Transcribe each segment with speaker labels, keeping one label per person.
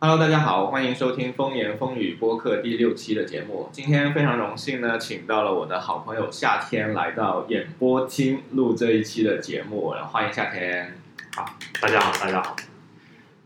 Speaker 1: Hello，大家好，欢迎收听《风言风语》播客第六期的节目。今天非常荣幸呢，请到了我的好朋友夏天来到演播厅录这一期的节目，然后欢迎夏天。
Speaker 2: 大家好，大家好。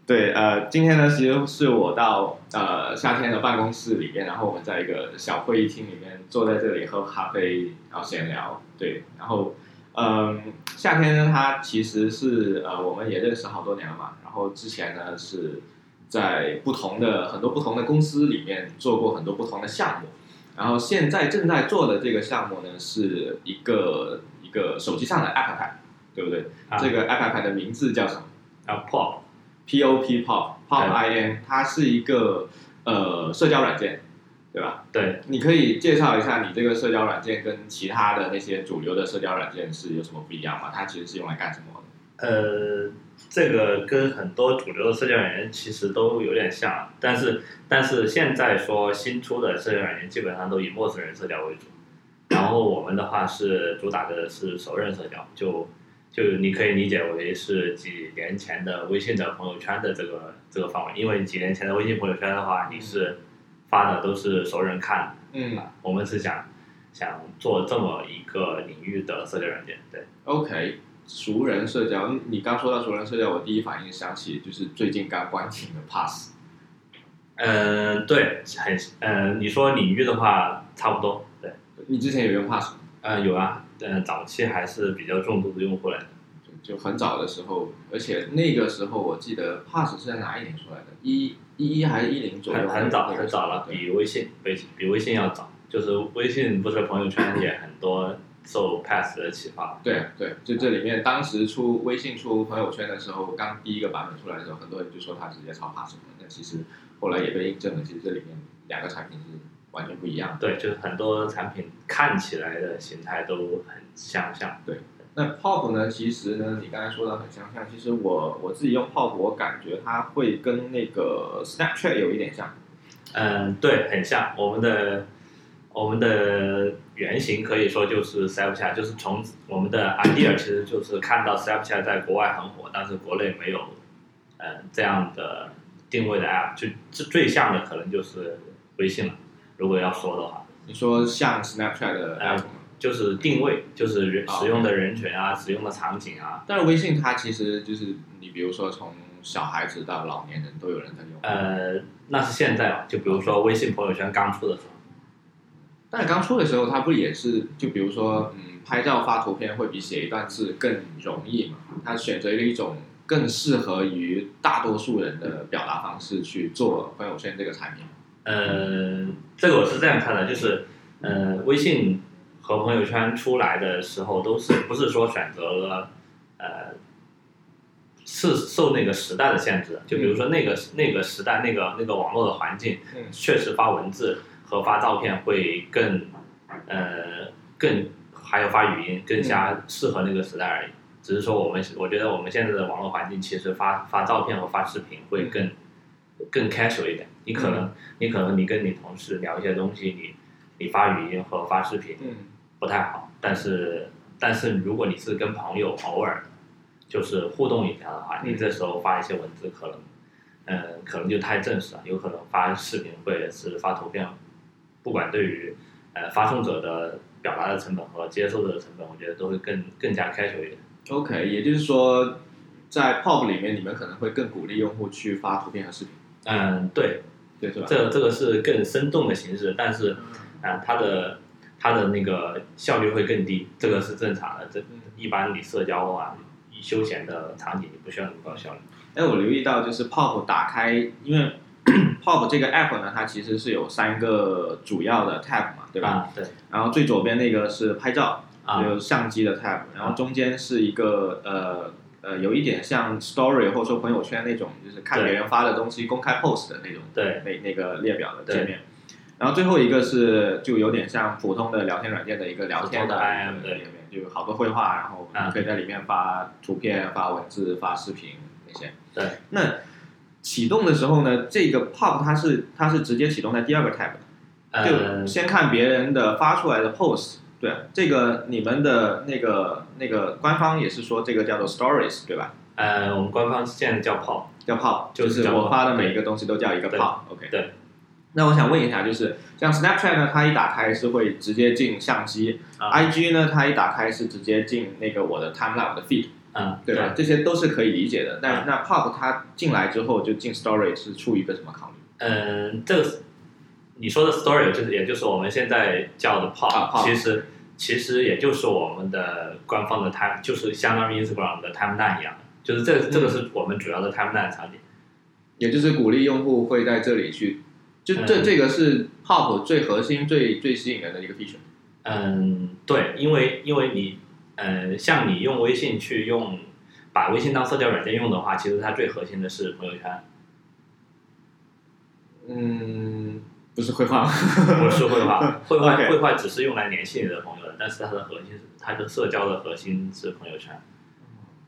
Speaker 1: 对，呃，今天呢，其实是我到呃夏天的办公室里面，然后我们在一个小会议厅里面坐在这里喝咖啡，然后闲聊。对，然后嗯，夏天呢，他其实是呃，我们也认识好多年了嘛，然后之前呢是呃在不同的很多不同的公司里面做过很多不同的项目，然后现在正在做的这个项目呢是一个一个手机上的 app 牌，对不对？
Speaker 2: 啊
Speaker 1: 这个 app 牌的名字叫什么？
Speaker 2: 啊，Pop，
Speaker 1: P O P Pop Pop
Speaker 2: 对
Speaker 1: I N，它是一个呃社交软件，对吧？
Speaker 2: 对，
Speaker 1: 你可以介绍一下你这个社交软件跟其他的那些主流的社交软件是有什么不一样吗？它其实是用来干什么的？
Speaker 2: 呃，这个跟很多主流的社交软件其实都有点像，但是但是现在说新出的社交软件基本上都以陌生人社交为主，然后我们的话是主打的是熟人社交，就就你可以理解为是几年前的微信的朋友圈的这个这个范围，因为几年前的微信朋友圈的话，你是发的都是熟人看的。
Speaker 1: 嗯
Speaker 2: 啊，我们是想想做这么一个领域的社交软件，对，
Speaker 1: ，OK，熟人社交，嗯你刚说到熟人社交，我第一反应想起就是最近刚关停的 Pass，
Speaker 2: 嗯、对，很，嗯、你说领域的话，差不多，对，
Speaker 1: 你之前有用 Pass 吗？
Speaker 2: 嗯、有啊，嗯、早期还是比较重度的用户来的，
Speaker 1: 就就很早的时候，而且那个时候我记得 Pass 是在哪一年出来的？一一一还是一零左右那
Speaker 2: 很
Speaker 1: 个时候？
Speaker 2: 很早很早了，
Speaker 1: 对
Speaker 2: 比微信比比微信要早，就是微信不是朋友圈也很多受 Pass 的启发，
Speaker 1: 对对，就这里面当时出微信出朋友圈的时候，刚第一个版本出来的时候，很多人就说它直接抄 Pass 的，但其实后来也被印证了，其实这里面两个产品是完全不一样的。
Speaker 2: 对，就是很多产品看起来的形态都很相像，
Speaker 1: 那 Pop 呢，其实呢，你刚才说的很相像，其实我我自己用 Pop，我感觉它会跟那个 Snapchat 有一点像。
Speaker 2: 嗯，对，很像我们的我们的原型可以说就是 Snapchat，就是从我们的 idea 其实就是看到 Snapchat 在国外很火，但是国内没有嗯这样的定位的 app，就最最像的可能就是微信了。如果要说的话，
Speaker 1: 你说像 Snapchat 的 app 吗？
Speaker 2: 就是定位，就是人
Speaker 1: 哦
Speaker 2: 使用的人群啊，使用的场景啊，
Speaker 1: 但是微信它其实就是你比如说从小孩子到老年人都有人在用。
Speaker 2: 呃，那是现在嘛，就比如说微信朋友圈刚出的时候。
Speaker 1: 但是刚出的时候，它不也是就比如说，嗯，拍照发图片会比写一段字更容易嘛？它选择了一种更适合于大多数人的表达方式去做朋友圈这个产品。
Speaker 2: 呃，这个我是这样看的，就是呃，微信和朋友圈出来的时候，都是不是说选择了呃，是受那个时代的限制的，就比如说那个、那个时代那个那个网络的环境，
Speaker 1: 嗯
Speaker 2: 确实发文字和发照片会更呃更还有发语音更加适合那个时代而已。只是说我们我觉得我们现在的网络环境，其实发发照片和发视频会更、更 casual 一点。你可能、你可能你跟你同事聊一些东西，你你发语音和发视频
Speaker 1: 嗯，
Speaker 2: 不太好，但是但是如果你是跟朋友偶尔就是互动一下的话，
Speaker 1: 嗯
Speaker 2: 你这时候发一些文字可能，嗯、可能就太正式了，有可能发视频或者是发图片，不管对于呃发送者的表达的成本和接受者的成本，我觉得都会更更加 casual 一点。
Speaker 1: OK，也就是说，在 Pop 里面，你们可能会更鼓励用户去发图片和视频，
Speaker 2: 嗯，对，
Speaker 1: 对是吧？
Speaker 2: 这这个是更生动的形式，但是啊、它的它的那个效率会更低，这个是正常的。这
Speaker 1: 嗯
Speaker 2: 一般你社交啊、休闲的场景，你不需要那么高效率。
Speaker 1: 哎，我留意到就是 Pop 打开，因为 Pop 这个 app 呢，它其实是有三个主要的 tab 嘛，对吧？
Speaker 2: 啊，对
Speaker 1: 然后最左边那个是拍照，
Speaker 2: 啊，
Speaker 1: 有相机的 tab，然后中间是一个呃呃，有一点像 story 或者说朋友圈那种，就是看
Speaker 2: 对
Speaker 1: 别人发的东西公开 post 的那种
Speaker 2: 对
Speaker 1: 那那个列表的
Speaker 2: 对
Speaker 1: 界面。然后最后一个是就有点像普通的聊天软件的一个聊天
Speaker 2: 普通的 IM
Speaker 1: 的
Speaker 2: 对
Speaker 1: 页面，就有好多绘画，然后
Speaker 2: 啊
Speaker 1: 你可以在里面发图片、发文字、发视频那些。
Speaker 2: 对，
Speaker 1: 那启动的时候呢，这个 pop 它是它是直接启动在第二个 tab 的。
Speaker 2: 呃
Speaker 1: 就，先看别人的发出来的 post。对，这个你们的那个那个官方也是说这个叫做 stories，对吧？
Speaker 2: 呃，我们官方现在叫泡，
Speaker 1: 叫泡，
Speaker 2: 就
Speaker 1: 就是是
Speaker 2: 叫
Speaker 1: 我
Speaker 2: 泡
Speaker 1: 发的每一个东西都叫一个泡。OK。
Speaker 2: 对。
Speaker 1: 那我想问一下，就是像 Snapchat 呢，它一打开是会直接进相机、
Speaker 2: 啊
Speaker 1: i g 呢，它一打开是直接进那个我的 timeline 我的 feed，
Speaker 2: 嗯，
Speaker 1: 对吧？这些都是可以理解的。但
Speaker 2: 啊
Speaker 1: 是那 Pop 它进来之后就进 Story 是出于一个什么考虑？
Speaker 2: 嗯、这个你说的 story 就是也就是我们现在叫的 pop，、
Speaker 1: 啊，pop
Speaker 2: 其实其实也就是我们的官方的 time，就是相当于 Instagram 的 timeline 一样的，就是这
Speaker 1: 嗯
Speaker 2: 这个是我们主要的 timeline 场景。
Speaker 1: 也就是鼓励用户会在这里去，就这、
Speaker 2: 嗯
Speaker 1: 这个是 Pop 最核心、最最吸引人的一个 feature。
Speaker 2: 嗯，对，因为因为你，嗯，像你用微信去用，把微信当社交软件用的话，其实它最核心的是朋友圈，
Speaker 1: 嗯，不是绘画，
Speaker 2: 不是绘画，绘画
Speaker 1: OK
Speaker 2: 绘画只是用来联系你的朋友的，但是它的核心是它的社交的核心是朋友圈。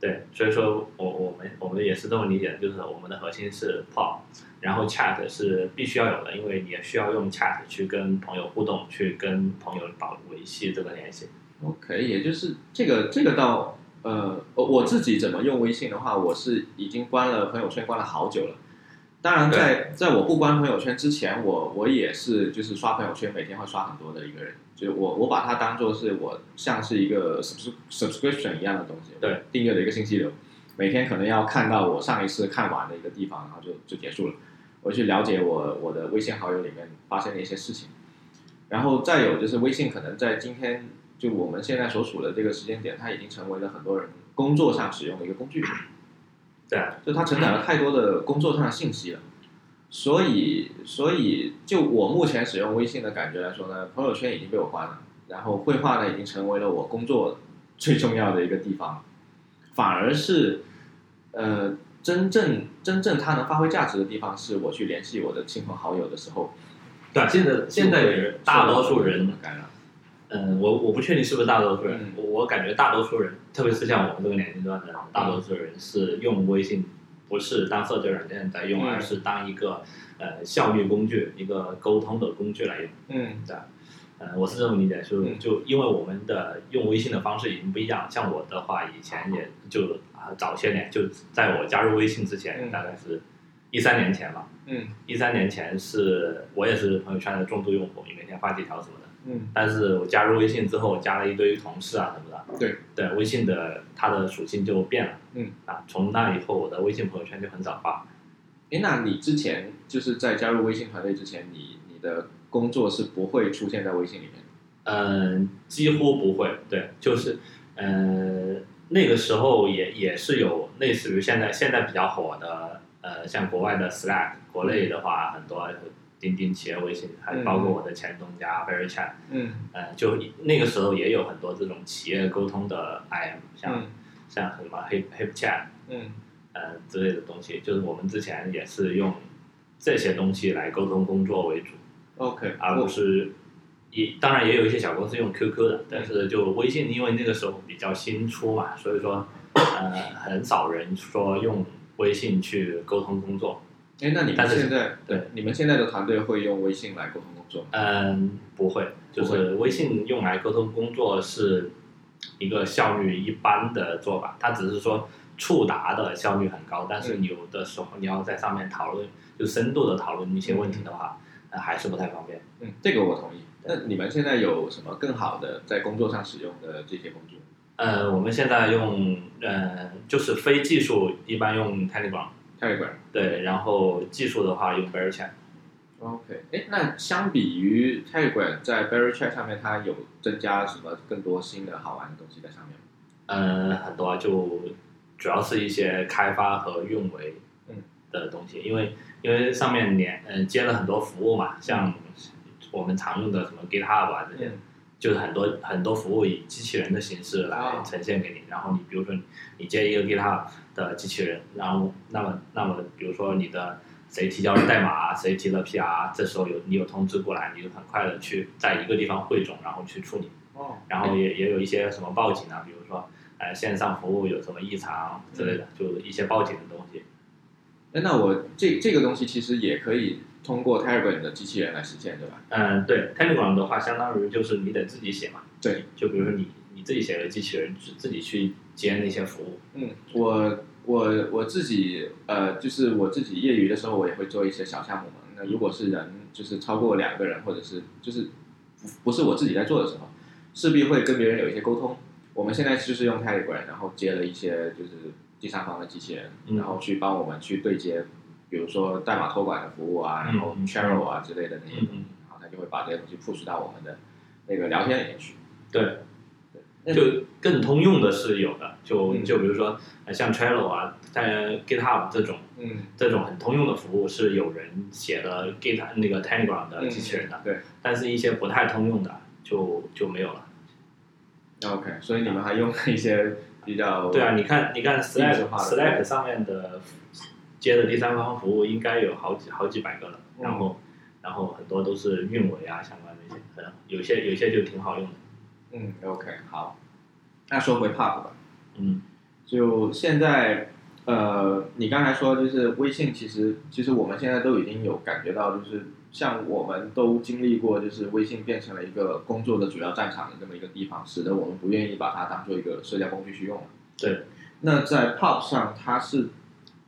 Speaker 2: 对，所以说我我们我们也是这么理解的，就是我们的核心是 POP，然后 Chat 是必须要有的，因为你也需要用 Chat 去跟朋友互动，去跟朋友保维系这个联系。
Speaker 1: OK，也就是这个这个到呃，我我自己怎么用微信的话，我是已经关了朋友圈，关了好久了。当然在，在我不关朋友圈之前，我我也是就是刷朋友圈，每天会刷很多的一个人。就我我把它当做是我像是一个 subs- subscription 一样的东西，
Speaker 2: 对，
Speaker 1: 订阅的一个信息流，每天可能要看到我上一次看完的一个地方，然后就就结束了。我去了解我我的微信好友里面发生的一些事情。然后再有就是微信，可能在今天就我们现在所处的这个时间点，它已经成为了很多人工作上使用的一个工具，
Speaker 2: 对啊，
Speaker 1: 就它承载了太多的工作上的信息了。所以，所以就我目前使用微信的感觉来说呢，朋友圈已经被我关了，然后绘画呢已经成为了我工作 最重要的一个地方，反而是，呃，真正真正它能发挥价值的地方，是我去联系我的亲朋好友的时候，
Speaker 2: 对，现在现在人大多数
Speaker 1: 怎
Speaker 2: 人
Speaker 1: 么，干了？
Speaker 2: 嗯，我我不确定是不是大多数人，
Speaker 1: 嗯
Speaker 2: 我我感觉大多数人，特别是像我们这个年龄段的，大多数人是用微信，不是当社交软件在用，
Speaker 1: 嗯
Speaker 2: 而是当一个呃效率工具、一个沟通的工具来用。
Speaker 1: 嗯
Speaker 2: 呃，我是这么理解，就
Speaker 1: 嗯
Speaker 2: 就因为我们的用微信的方式已经不一样，像我的话，以前也就啊早些年，就在我加入微信之前，
Speaker 1: 嗯
Speaker 2: 大概是一三年前吧。
Speaker 1: 嗯
Speaker 2: 一三年前是我也是朋友圈的重度用户，每天发几条什么的。
Speaker 1: 嗯
Speaker 2: 但是我加入微信之后，我加了一堆同事啊什么的。
Speaker 1: 对
Speaker 2: 对，微信的它的属性就变了。
Speaker 1: 嗯
Speaker 2: 啊，从那以后，我的微信朋友圈就很少发。
Speaker 1: 哎，那你之前就是在加入微信团队之前，你你的工作是不会出现在微信里面的。
Speaker 2: 嗯，几乎不会。对，就是嗯、呃那个时候也也是有类似于现在现在比较火的，呃，像国外的 Slack，国内的话很多呃钉钉企业微信，还包括我的前东家 VeryChat，
Speaker 1: 嗯
Speaker 2: 呃，就那个时候也有很多这种企业沟通的 IM，像、像什么 Hip HipChat。
Speaker 1: 嗯
Speaker 2: 呃之类的东西，就是我们之前也是用这些东西来沟通工作为主，
Speaker 1: ，OK，
Speaker 2: 而不
Speaker 1: 我
Speaker 2: 是也当然也有一些小公司用 QQ 的，但是就微信因为那个时候比较新出嘛，所以说呃很少人说用微信去沟通工作，
Speaker 1: 哎，那你们
Speaker 2: 但是
Speaker 1: 现在
Speaker 2: 对，
Speaker 1: 你们现在的团队会用微信来沟通工作吗？
Speaker 2: 嗯，不会，就是微信用来沟通工作是一个效率一般的做法，它只是说触达的效率很高，但是
Speaker 1: 嗯
Speaker 2: 有的时候你要在上面讨论，就深度的讨论一些问题的话，呃还是不太方便。
Speaker 1: 嗯，这个我同意。那你们现在有什么更好的在工作上使用的这些工具？
Speaker 2: 呃，我们现在用呃，就是非技术一般用 Telegram，
Speaker 1: Telegram。
Speaker 2: 对，然后技术的话用 Bearchat，
Speaker 1: OK，哎，那相比于 Telegram 在 BerryChat 上面，它有增加什么更多新的好玩的东西在上面吗？
Speaker 2: 嗯，很多就主要是一些开发和运维的东西，因为因为上面连嗯、接了很多服务嘛，像我们常用的什么 GitHub 啊
Speaker 1: 嗯
Speaker 2: 这些，就是很多很多服务以机器人的形式来
Speaker 1: 啊
Speaker 2: 呈现给你。然后你比如说你你接一个 GitHub 的机器人，然后那么那么比如说你的谁提交了代码啊，谁提了 PR，这时候有你有通知过来，你就很快的去在一个地方汇总，然后去处理。
Speaker 1: 哦
Speaker 2: 然后也也有一些什么报警啊，比如说呃线上服务有什么异常啊之类的，就一些报警的东西。
Speaker 1: 哎，那我这这个东西其实也可以通过 Telegram 的机器人来实现，对吧？
Speaker 2: 嗯，对，Telegram 的话，相当于就是你得自己写嘛。
Speaker 1: 对，
Speaker 2: 就比如说你你自己写个机器人，自自己去接那些服务。
Speaker 1: 嗯，我我我自己呃，就是我自己业余的时候，我也会做一些小项目嘛。那如果是人，就是超过两个人，或者是就是不不是我自己在做的时候，势必会跟别人有一些沟通。我们现在就是用 Telegram，然后接了一些就是第三方的机器人，
Speaker 2: 嗯
Speaker 1: 然后去帮我们去对接，比如说代码托管的服务啊，然后
Speaker 2: 嗯
Speaker 1: Channel 啊之类的那些
Speaker 2: 嗯
Speaker 1: 东西，
Speaker 2: 嗯，
Speaker 1: 然后他就会把这些东西 push 到我们的那个聊天里面去。
Speaker 2: 对
Speaker 1: 那，
Speaker 2: 就更通用的是有的，就
Speaker 1: 嗯
Speaker 2: 就比如说呃像 Trello 啊，在 GitHub 这种
Speaker 1: 嗯，
Speaker 2: 这种很通用的服务是有人写的 Git 那个 Telegram
Speaker 1: 嗯
Speaker 2: 的呃机器人啊的，
Speaker 1: 对
Speaker 2: 但是一些不太通用的就就没有了。
Speaker 1: ，OK，所以你们还用了一些比较
Speaker 2: 对啊，你看你看 Slack
Speaker 1: 定制化的
Speaker 2: Slack 上面的接的第三方服务应该有好几好几百个了，然后然后很多都是运维啊相关的一些，可能有些有些就挺好用的。
Speaker 1: 嗯，OK，好。那说回 Pub 吧，
Speaker 2: 嗯
Speaker 1: 就现在，呃，你刚才说就是微信，其实其实我们现在都已经有感觉到，就是像我们都经历过，就是微信变成了一个工作的主要战场的这么一个地方，使得我们不愿意把它当做一个社交工具去用了。
Speaker 2: 对。
Speaker 1: 那在 Pub 上，它是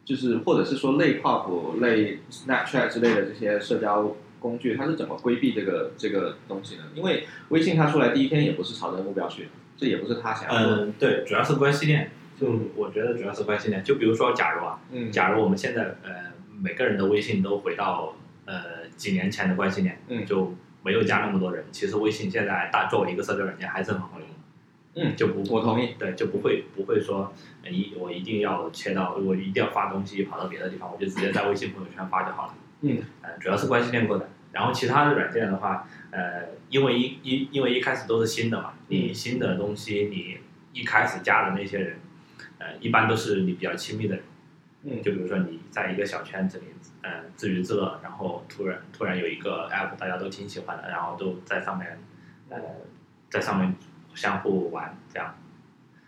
Speaker 1: 就是或者是说类 Pub、类 Snapchat 之类的这些社交工具，它是怎么规避这个这个东西呢？因为微信它出来第一天也不是朝着目标去的，这也不是它想要做的。
Speaker 2: 嗯，对，主要是关系链，就嗯我觉得主要是关系链。就比如说，假如啊，
Speaker 1: 嗯
Speaker 2: 假如我们现在呃每个人的微信都回到呃几年前的关系链，
Speaker 1: 嗯
Speaker 2: 就没有加那么多人。其实微信现在大作为一个社交软件还是很好用的，
Speaker 1: 嗯，
Speaker 2: 就不
Speaker 1: 我同意。
Speaker 2: 对，就不会不会说呃一我一定要切到我一定要发东西跑到别的地方，我就直接在微信朋友圈发就好了。
Speaker 1: 嗯，
Speaker 2: 呃，主要是关系链过载。然后其他的软件的话，呃，因为一一因为一开始都是新的嘛，你新的东西你一开始加的那些人，呃，一般都是你比较亲密的人。
Speaker 1: 嗯
Speaker 2: 就比如说你在一个小圈子里，嗯、自娱自乐，然后突然突然有一个 app 大家都挺喜欢的，然后都在上面，呃，在上面相互玩，这样，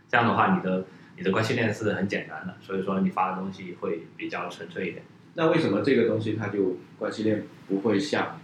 Speaker 2: 这样的话你的你的关系链是很简单的，所以说你发的东西会比较纯粹一点。
Speaker 1: 那为什么这个东西它就关系链不会像，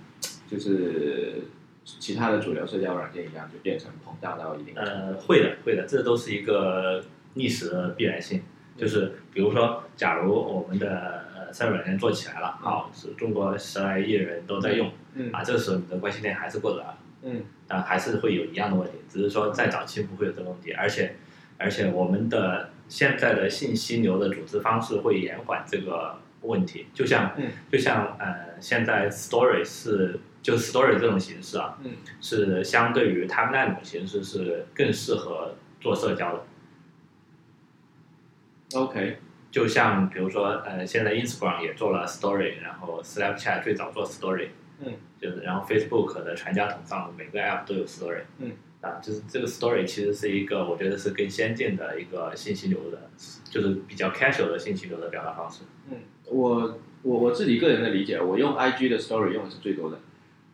Speaker 1: 就是其他的主流社交软件一样，就变成膨胀到一定程度？
Speaker 2: 呃，会的，会的，这都是一个历史的必然性。就是比如说，假如我们的呃三软件做起来了，好，是中国十来亿人都在用
Speaker 1: 嗯
Speaker 2: 啊，这时候你的关系链还是过载了。
Speaker 1: 嗯
Speaker 2: 但还是会有一样的问题，只是说在早期不会有这个问题，而且而且我们的现在的信息流的组织方式会延缓这个问题，就像
Speaker 1: 嗯
Speaker 2: 就像呃现在 story 是就 story 这种形式啊，
Speaker 1: 嗯
Speaker 2: 是相对于 timeline 这种形式是更适合做社交的，
Speaker 1: ，OK，
Speaker 2: 就像比如说呃现在 Instagram 也做了 story，然后 Snapchat 最早做 story，
Speaker 1: 嗯
Speaker 2: 就是然后 Facebook 的全家桶上每个 app 都有 story，
Speaker 1: 嗯，
Speaker 2: 啊，就是这个 story 其实是一个我觉得是更先进的一个信息流的，就是比较 casual 的信息流的表达方式。
Speaker 1: 嗯，我我我自己个人的理解，我用 IG 的 Story 用的是最多的，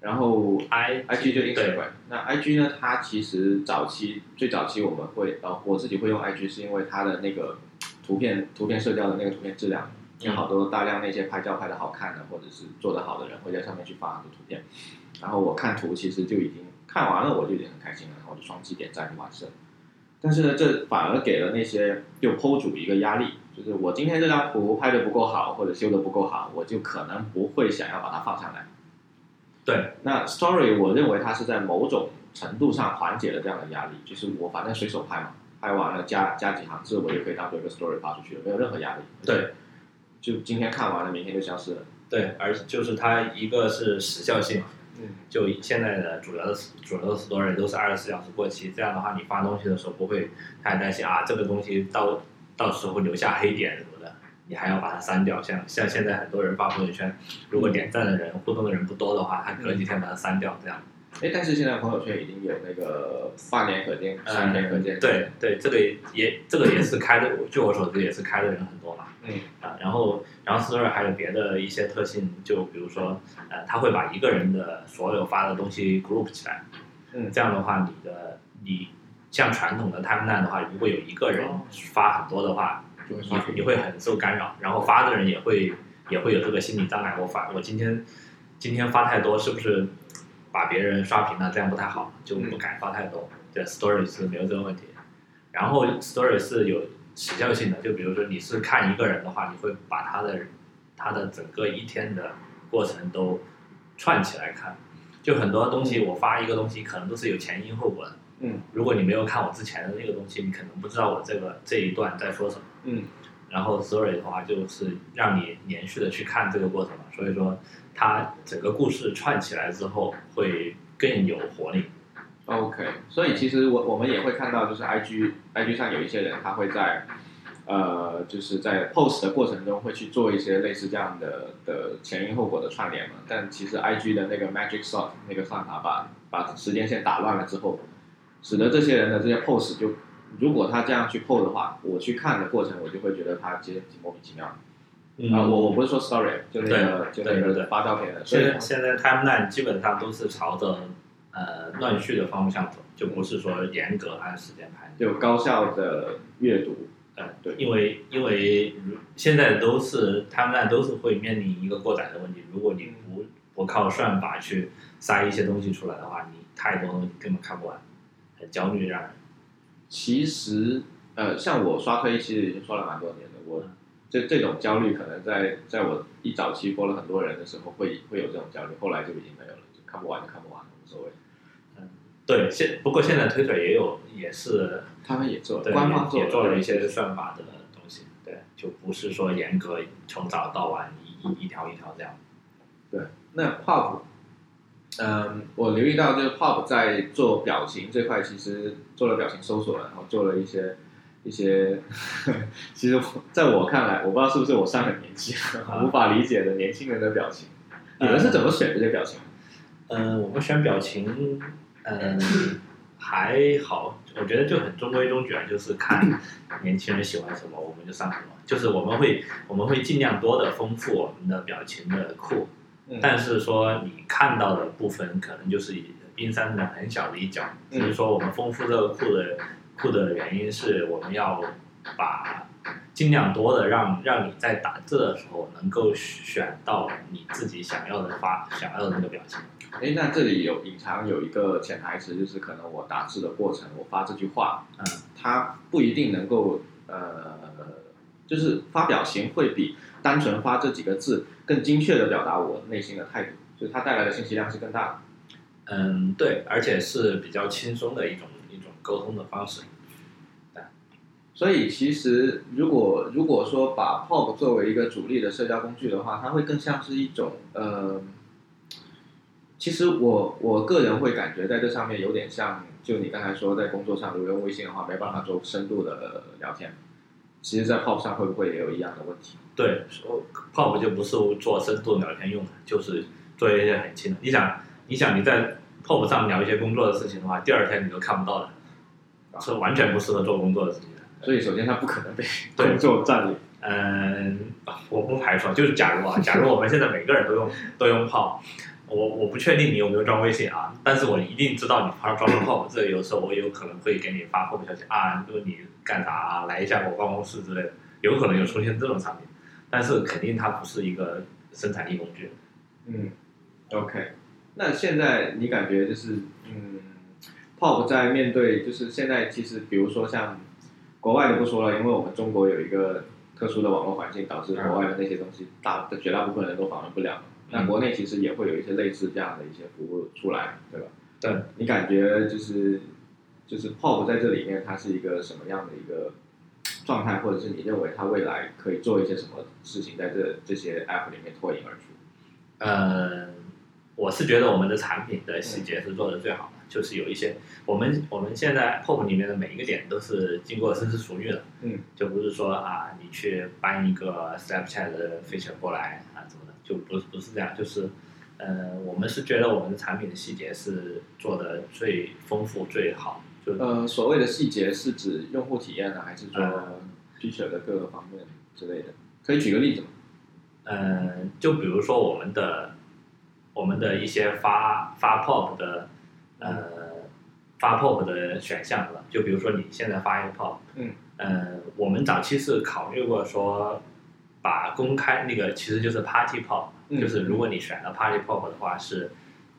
Speaker 1: 然后
Speaker 2: I
Speaker 1: IG 就
Speaker 2: 对
Speaker 1: Instagram。那 IG 呢？它其实早期最早期我们会，呃，我自己会用 IG 是因为它的那个图片图片社交的那个图片质量，有好多大量那些拍照拍的好看的或者是做的好的人会在上面去发很多图片，然后我看图其实就已经看完了，我就已经很开心了，然后我就双击点赞就完事了。但是呢，这反而给了那些就 PO 主一个压力，就是我今天这张图拍的不够好，或者修的不够好，我就可能不会想要把它放上来。
Speaker 2: 对
Speaker 1: 那 story 我认为它是在某种程度上缓解了这样的压力，就是我反正随手拍嘛，拍完了加加几行字，我就可以当做一个 story 发出去了，没有任何压力。，
Speaker 2: 对
Speaker 1: 就今天看完了，明天就消失了。
Speaker 2: 对，而就是它一个是时效性，
Speaker 1: 嗯
Speaker 2: 就现在的主流的主流的 story 都是二十四小时过期，这样的话你发东西的时候不会太担心啊，这个东西到到时候留下黑点什么的，你还要把它删掉。像像现在很多人发朋友圈，如果点赞的人互动的人不多的话，他隔几天把它删掉，这样。
Speaker 1: 哎，但是现在朋友圈已经有那个半年可见、三年可见。
Speaker 2: 嗯对，对，这个也这个也是开的，据我所知也是开的人很多嘛。
Speaker 1: 嗯
Speaker 2: 啊，然后然后 Story 还有别的一些特性，就比如说，呃，他会把一个人的所有发的东西 group 起来，
Speaker 1: 嗯
Speaker 2: 这样的话，你的你像传统的 timeline 的话，如果有一个人发很多的话，
Speaker 1: 嗯就会
Speaker 2: 你
Speaker 1: 发出去
Speaker 2: 你会很受干扰，然后发的人也会也会有这个心理障碍，我发我今天今天发太多，是不是把别人刷屏了？这样不太好，就不敢发太多。对，story 是没有这个问题。然后 story 是有时效性的，就比如说你是看一个人的话，你会把他的他的整个一天的过程都串起来看。就很多东西，我发一个东西可能都是有前因后果的。
Speaker 1: 嗯
Speaker 2: 如果你没有看我之前的那个东西，你可能不知道我这个这一段在说什么。
Speaker 1: 嗯
Speaker 2: 然后 story 的话，就是让你连续的去看这个过程嘛，所以说它整个故事串起来之后会更有活力。
Speaker 1: ，OK。所以其实我我们也会看到，就是 IG IG 上有一些人，他会在呃，就是在 post 的过程中会去做一些类似这样的的前因后果的串联嘛。但其实 IG 的那个 magic shot 那个算法把把时间线打乱了之后，使得这些人的这些 post 就，如果他这样去 post 的话，我去看的过程，我就会觉得他其实挺莫名其妙的。
Speaker 2: 嗯
Speaker 1: 啊，我我不是说 story，就那个就
Speaker 2: 对
Speaker 1: 那
Speaker 2: 对
Speaker 1: 个
Speaker 2: 对
Speaker 1: 发照片的，所
Speaker 2: 现
Speaker 1: 以
Speaker 2: 在现在 timeline 基本上都是朝着呃乱序的方向走，就不是说严格按时间排。
Speaker 1: 就高效的阅读，
Speaker 2: 呃，
Speaker 1: 对
Speaker 2: 因为因为如现在都是 timeline 都是会面临一个过载的问题，如果你不不靠算法去塞一些东西出来的话，你太多东西根本看不完，很焦虑让人。
Speaker 1: 其实呃，像我刷推其实已经刷了蛮多年了，我
Speaker 2: 嗯
Speaker 1: 这这种焦虑可能在在我一早期播了很多人的时候会会有这种焦虑，后来就已经没有了，就看不完就看不完，无所谓。
Speaker 2: 对，现不过现在推特也有，也是
Speaker 1: 他们也做，
Speaker 2: 对
Speaker 1: 官方
Speaker 2: 也也做了一些
Speaker 1: 对
Speaker 2: 算法的东西，对，就不是说严格从早到晚一一一条一条这样。
Speaker 1: 那 Pop，嗯，我留意到就是 Pop 在做表情这块，其实做了表情搜索，然后做了一些一些， 其实我在我看来，我不知道是不是我上了年纪
Speaker 2: 啊
Speaker 1: 了，无法理解的年轻人的表情。你们是怎么选这些表情？
Speaker 2: 嗯、我们选表情，嗯、还好，我觉得就很中规中矩啊，就是看年轻人喜欢什么，我们就上什么。就是我们会我们会尽量多的丰富我们的表情的库，
Speaker 1: 嗯
Speaker 2: 但是说你看到的部分可能就是以冰山的很小的一角，
Speaker 1: 嗯
Speaker 2: 所以说我们丰富这个库的库的原因是我们要把尽量多的让让你在打字的时候能够选到你自己想要的发想要的那个表情。
Speaker 1: 哎，那这里有隐藏有一个潜台词，就是可能我打字的过程，我发这句话，
Speaker 2: 嗯，
Speaker 1: 它不一定能够呃，就是发表情会比单纯发这几个字更精确的表达我内心的态度，就是它带来的信息量是更大的。
Speaker 2: 嗯，对，而且是比较轻松的一种一种沟通的方式。
Speaker 1: 所以其实如果如果说把 POP 作为一个主力的社交工具的话，它会更像是一种呃，其实我我个人会感觉在这上面有点像，就你刚才说在工作上如果用微信的话没办法做深度的聊天，其实，在 POP 上会不会也有一样的问题？
Speaker 2: 对，说呃 pop 就不是做深度聊天用的，就是做一些很轻的。你想，你想你在 pop 上聊一些工作的事情的话，第二天你都看不到的，是完全不适合做工作的事情的。
Speaker 1: 所以首先它不可能被
Speaker 2: 对
Speaker 1: 工作占领。
Speaker 2: 嗯，我不排除，就是假如啊，假如我们现在每个人都用都用 pop，我我不确定你有没有装微信啊，但是我一定知道你装装了 pop，这有时候我有可能会给你发 pop 消息啊，说你干啥啊，来一下我办公室之类的，有可能有出现这种场景，但是肯定它不是一个生产力工具。
Speaker 1: 嗯，OK，那现在你感觉就是，嗯，Pop 在面对就是嗯现在其实比如说像国外的不说了，因为我们中国有一个特殊的网络环境，导致国外的那些东西大的绝大部分人都访问不了。那国内其实也会有一些类似这样的一些服务出来，对吧？
Speaker 2: 对，
Speaker 1: 你感觉就是就是 Pop 在这里面它是一个什么样的一个状态，或者是你认为它未来可以做一些什么事情在这这些 App 里面脱颖而出？
Speaker 2: 呃，我是觉得我们的产品的细节是做的最好的，就是有一些我们我们现在 POP 里面的每一个点都是经过深思熟虑的，
Speaker 1: 嗯，
Speaker 2: 就不是说啊你去搬一个 Snapchat 的 feature 过来啊什么的，就不是不是这样，就是呃，我们是觉得我们的产品的细节是做的最丰富最好，就
Speaker 1: 呃，所谓的细节是指用户体验呢，啊还是说
Speaker 2: 嗯
Speaker 1: feature 的各个方面之类的？可以举个例子吗？
Speaker 2: 嗯，就比如说我们的我们的一些发发 pop 的呃发 pop 的选项了，就比如说你现在发一个 pop，
Speaker 1: 嗯，
Speaker 2: 呃，我们早期是考虑过说把公开那个其实就是 party pop，、
Speaker 1: 嗯
Speaker 2: 就是如果你选了 party pop 的话是。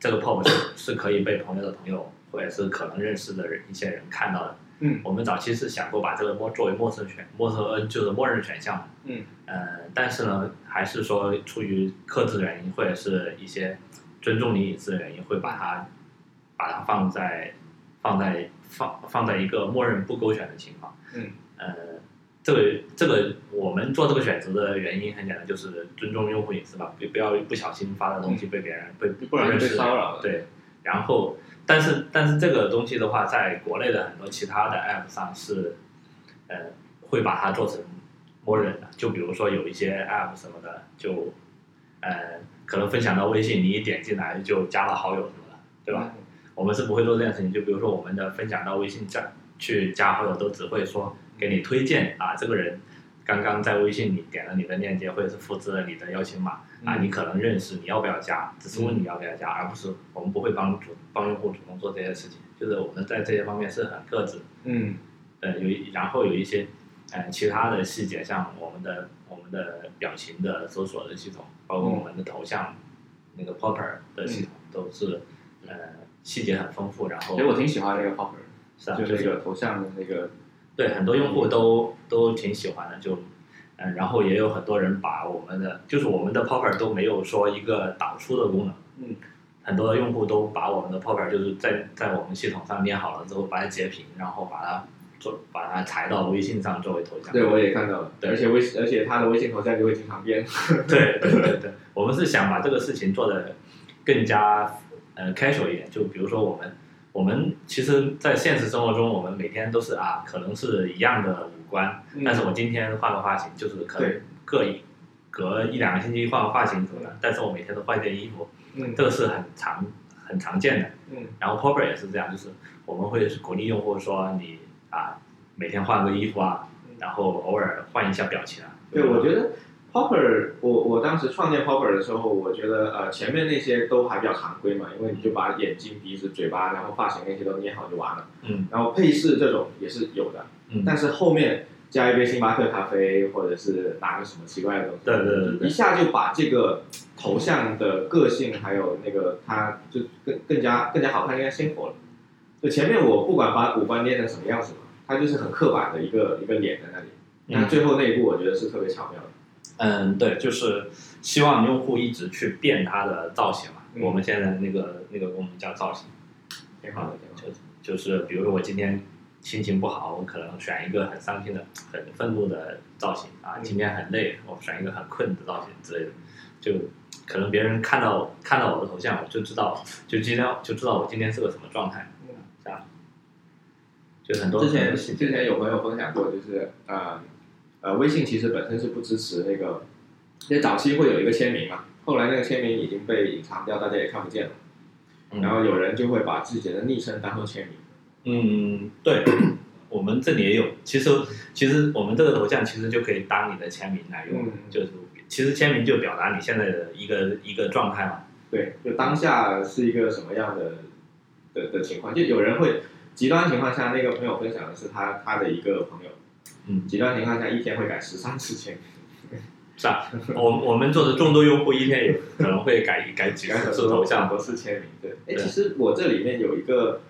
Speaker 2: 这个 pop 是是可以被朋友的朋友或者是可能认识的人一些人看到的，
Speaker 1: 嗯
Speaker 2: 我们早期是想过把这个默作为陌生选，陌生呃就是默认选项嘛。
Speaker 1: 嗯
Speaker 2: 呃，但是呢，还是说出于克制原因或者是一些尊重你隐私的原因，会把它把它放在放在放放在一个默认不勾选的情况。
Speaker 1: 嗯
Speaker 2: 呃，这个这个我们做这个选择的原因很简单，就是尊重用户隐私吧，不不要不小心发的东西被别人、被
Speaker 1: 不然就被
Speaker 2: 认识的
Speaker 1: 骚扰了
Speaker 2: 对，然后但是但是这个东西的话，在国内的很多其他的 app 上是呃会把它做成默认的，就比如说有一些 app 什么的，就呃可能分享到微信，你一点进来就加了好友什么的，对吧？？我们是不会做这件事情。就比如说我们的分享到微信站去加好友，都只会说给你推荐啊，这个人刚刚在微信里点了你的链接，或者是复制了你的邀请码啊，
Speaker 1: 嗯
Speaker 2: 你可能认识，你要不要加？只是问你要不要加，而不是我们不会帮主帮用户主动做这些事情。就是我们在这些方面是很克制的。
Speaker 1: 嗯
Speaker 2: 呃，有一然后有一些呃其他的细节，像我们的我们的表情的搜索的系统，包括我们的头像、那个 Popper 的系
Speaker 1: 嗯
Speaker 2: 统，都是呃细节很丰富。然后
Speaker 1: 其实我挺喜欢那个 Popper，
Speaker 2: 是啊，
Speaker 1: 就
Speaker 2: 就是
Speaker 1: 那
Speaker 2: 是
Speaker 1: 个头像的那个，
Speaker 2: 对很多用户都都挺喜欢的，就。嗯，然后也有很多人把我们的，就是我们的 Popper 都没有说一个导出的功能，
Speaker 1: 嗯
Speaker 2: 很多用户都把我们的 Popper 就是在在我们系统上捏好了之后，把它截屏，然后把它做把它裁到微信上作为头像。
Speaker 1: 对我也看到了，
Speaker 2: 对
Speaker 1: 而且微而且他的微信头像就会经常变，
Speaker 2: 对对对对，我们是想把这个事情做的更加呃 casual 一点，就比如说我们我们其实，在现实生活中，我们每天都是啊，可能是一样的五官，
Speaker 1: 嗯
Speaker 2: 但是我今天换个发型，就是可能
Speaker 1: 对
Speaker 2: 各一隔一两个星期换个发型什么的，但是我每天都换件衣服，
Speaker 1: 嗯
Speaker 2: 这个是很常很常见的。
Speaker 1: 嗯
Speaker 2: 然后 Popper 也是这样，就是我们会鼓励用户说你啊，每天换个衣服啊，然后偶尔换一下表情啊。
Speaker 1: 嗯对，我觉得 Popper，我我当时创建 Popper 的时候，我觉得呃前面那些都还比较常规嘛，因为你就把眼睛、鼻子、嘴巴，然后发型那些都捏好就完了，
Speaker 2: 嗯
Speaker 1: 然后配饰这种也是有的，
Speaker 2: 嗯，
Speaker 1: 但是后面加一杯星巴克咖啡，或者是拿个什么奇怪的东西，
Speaker 2: 对对对对对
Speaker 1: 一下就把这个头像的个性还有那个它就更更加更加好看、更加鲜活了。就前面我不管把五官捏成什么样子嘛，它就是很刻板的一个一个脸在那里。但最后那一步，我觉得是特别巧妙的。
Speaker 2: 嗯，对，就是希望用户一直去变它的造型嘛。
Speaker 1: 嗯
Speaker 2: 我们现在那个那个功能叫造型，
Speaker 1: 挺好的，挺好的。
Speaker 2: 就是比如说我今天心情不好，我可能选一个很伤心的、很愤怒的造型啊；
Speaker 1: 嗯
Speaker 2: 今天很累，我选一个很困的造型之类的。就可能别人看到看到我的头像，我就知道，就今天就知道我今天是个什么状态，这样。就很
Speaker 1: 嗯
Speaker 2: 多
Speaker 1: 之前
Speaker 2: 细
Speaker 1: 之
Speaker 2: 节，
Speaker 1: 前有朋友分享过，就是呃呃，微信其实本身是不支持那个，因为早期会有一个签名嘛，后来那个签名已经被隐藏掉，大家也看不见了。
Speaker 2: 嗯
Speaker 1: 然后有人就会把自己的昵称当做签名。
Speaker 2: 嗯，对， 我们这里也有。其实，其实我们这个头像其实就可以当你的签名来用，
Speaker 1: 嗯
Speaker 2: 就是其实签名就表达你现在的一个一个状态嘛。
Speaker 1: 对，就当下是一个什么样的的的情况？就有人会极端情况下，那个朋友分享的是他他的一个朋友，
Speaker 2: 嗯，
Speaker 1: 极端情况下一天会改十三次签名。
Speaker 2: 是吧？我我们做的众多用户一天也可能会改改几十次头像。
Speaker 1: 不是签名，对。哎，
Speaker 2: 对
Speaker 1: 其实我这里面有一个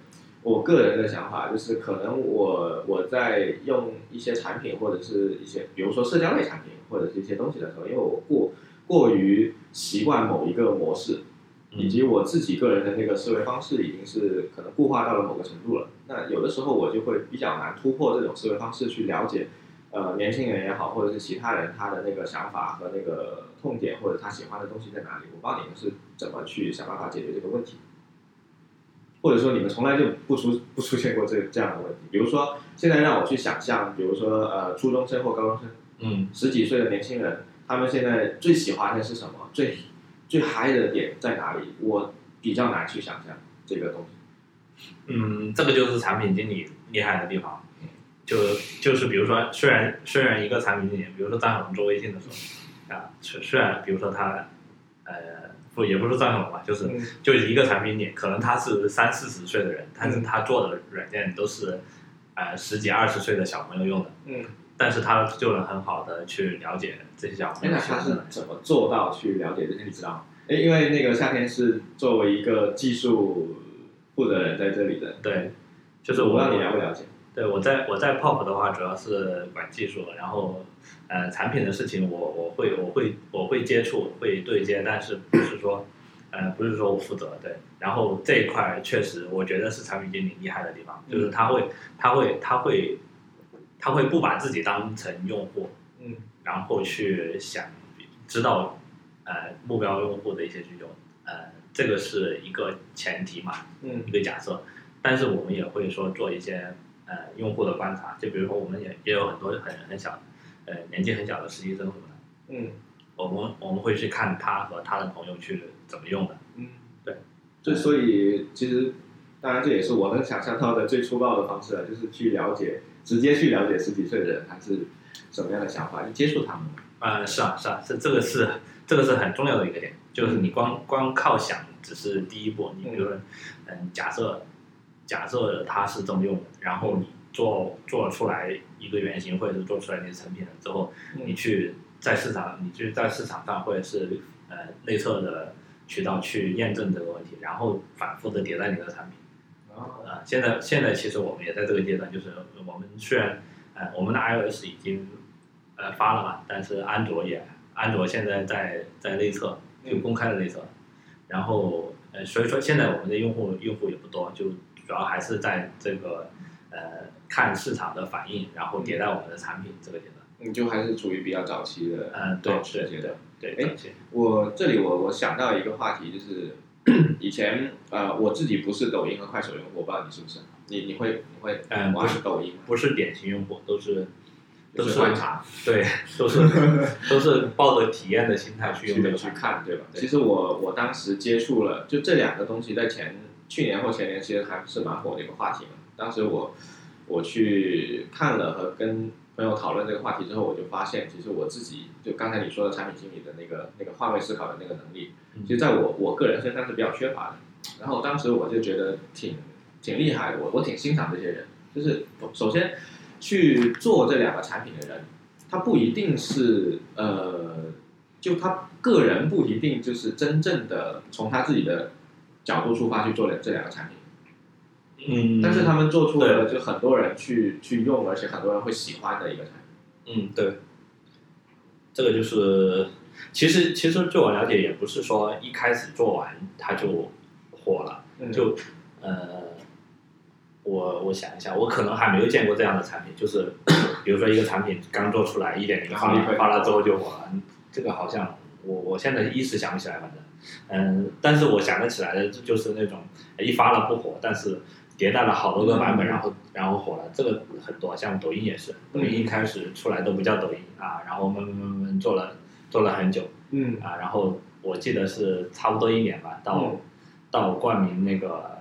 Speaker 1: 我个人的想法，就是可能我我在用一些产品或者是一些，比如说社交类产品或者是一些东西的时候，因为我过过于习惯某一个模式，以及我自己个人的那个思维方式已经是可能固化到了某个程度了。那有的时候我就会比较难突破这种思维方式，去了解，呃，年轻人也好，或者是其他人他的那个想法和那个痛点，或者他喜欢的东西在哪里。我不知道你们是怎么去想办法解决这个问题，或者说你们从来就不出不出现过这这样的问题。比如说，现在让我去想象，比如说呃，初中生或高中生，
Speaker 2: 嗯
Speaker 1: 十几岁的年轻人，他们现在最喜欢的是什么？最最嗨的点在哪里？我比较难去想象这个东西。
Speaker 2: 嗯，这个就是产品经理厉害的地方，就就是比如说，虽然虽然一个产品经理，比如说张小龙做微信的时候，啊，虽虽然比如说他，呃，不也不是张小龙吧，就是
Speaker 1: 嗯
Speaker 2: 就是一个产品经理，可能他是三四十岁的人，但
Speaker 1: 嗯
Speaker 2: 是他做的软件都是，呃，十几二十岁的小朋友用的，
Speaker 1: 嗯，
Speaker 2: 但是他就能很好的去了解这些小朋友
Speaker 1: 哎那
Speaker 2: 喜
Speaker 1: 他
Speaker 2: 欢的
Speaker 1: 是
Speaker 2: 东西。
Speaker 1: 怎么做到去了解这些？你知道吗？哎，因为那个夏天是作为一个技术负责人在这里的，
Speaker 2: 对，就是
Speaker 1: 我不
Speaker 2: 我
Speaker 1: 啊知道你了不了解。
Speaker 2: 对我在我在 Pop 的话，主要是管技术，然后呃产品的事情我我会我会我会接触会对接，但是不是说呃不是说我负责对。然后这一块确实我觉得是产品经理厉害的地方，就是他会他会他会他会不把自己当成用户，
Speaker 1: 嗯
Speaker 2: 然后去想知道呃目标用户的一些需求，呃这个是一个前提嘛，
Speaker 1: 嗯
Speaker 2: 一个假设，但是我们也会说做一些呃用户的观察，就比如说我们也也有很多很很小呃年纪很小的实习生什么的，
Speaker 1: 嗯
Speaker 2: 我们我们会去看他和他的朋友去怎么用的，
Speaker 1: 嗯，
Speaker 2: 对。
Speaker 1: 就所以其实，当然这也是我能想象到的最粗暴的方式了，就是去了解，直接去了解十几岁的人他是什么样的想法，去接触他们。
Speaker 2: 呃是啊是啊是这个是这个是很重要的一个点，就是你光光靠想只是第一步，你比如说嗯、假设假设他是这么用的，然后你做做出来一个原型或者是做出来你的成品了之后，你去在市场，你去在市场上或者是呃内测的渠道去验证这个问题，然后反复的迭代你的产品。
Speaker 1: 哦
Speaker 2: 啊、现在现在其实我们也在这个阶段，就是我们虽然呃我们的 iOS 已经呃发了嘛，但是安卓也安卓现在在在内测，就公开的内测，然后呃所以说现在我们的用户用户也不多，就主要还是在这个呃看市场的反应，然后迭代我们的产品这个阶段。
Speaker 1: 你就还是处于比较早期的
Speaker 2: 嗯，对
Speaker 1: 早期的阶
Speaker 2: 对
Speaker 1: 段。
Speaker 2: 对
Speaker 1: 哎
Speaker 2: 对，对
Speaker 1: 我这里我我想到一个话题，就是 以前呃我自己不是抖音和快手用户，我不知道你是不是，你你会你会
Speaker 2: 嗯不
Speaker 1: 玩
Speaker 2: 是
Speaker 1: 抖音吗？
Speaker 2: 不是典型用户，都是都
Speaker 1: 就是
Speaker 2: 是
Speaker 1: 观察，
Speaker 2: 对，都是都是抱着体验的心态去用这
Speaker 1: 去
Speaker 2: 个
Speaker 1: 去
Speaker 2: 产品。
Speaker 1: 看，对吧？
Speaker 2: 对
Speaker 1: 其实我我当时接触了，就这两个东西在前去年或前年其实还是蛮火的一个话题嘛。当时我我去看了和跟朋友讨论这个话题之后，我就发现，其实我自己就刚才你说的产品经理的那个那个换位思考的那个能力，
Speaker 2: 嗯
Speaker 1: 其实在我我个人身上是比较缺乏的。然后当时我就觉得挺挺厉害的，我我挺欣赏这些人。就是首先去做这两个产品的人，他不一定是呃，就他个人不一定就是真正的从他自己的角度出发去做了这两个产品，
Speaker 2: 嗯，
Speaker 1: 但是他们做出了就很多人去去用，而且很多人会喜欢的一个产品。
Speaker 2: 嗯，对，这个就是，其实其实据我了解，也不是说一开始做完它就火了，
Speaker 1: 嗯
Speaker 2: 就呃，我我想一下，我可能还没有见过这样的产品，就是 比如说一个产品刚做出来一点零发
Speaker 1: 立刻
Speaker 2: 了
Speaker 1: 就
Speaker 2: 发了之后就火了，这个好像我我现在一时想不起来，反正嗯，但是我想得起来的就就是那种哎一发了不火，但是迭代了好多个版本，
Speaker 1: 嗯
Speaker 2: 然后然后火了，这个很多，像抖音也是，抖音一开始出来都不叫抖音啊，然后慢慢慢慢做了做了很久，
Speaker 1: 嗯
Speaker 2: 啊，然后我记得是差不多一年吧，到、
Speaker 1: 嗯
Speaker 2: 到冠名那个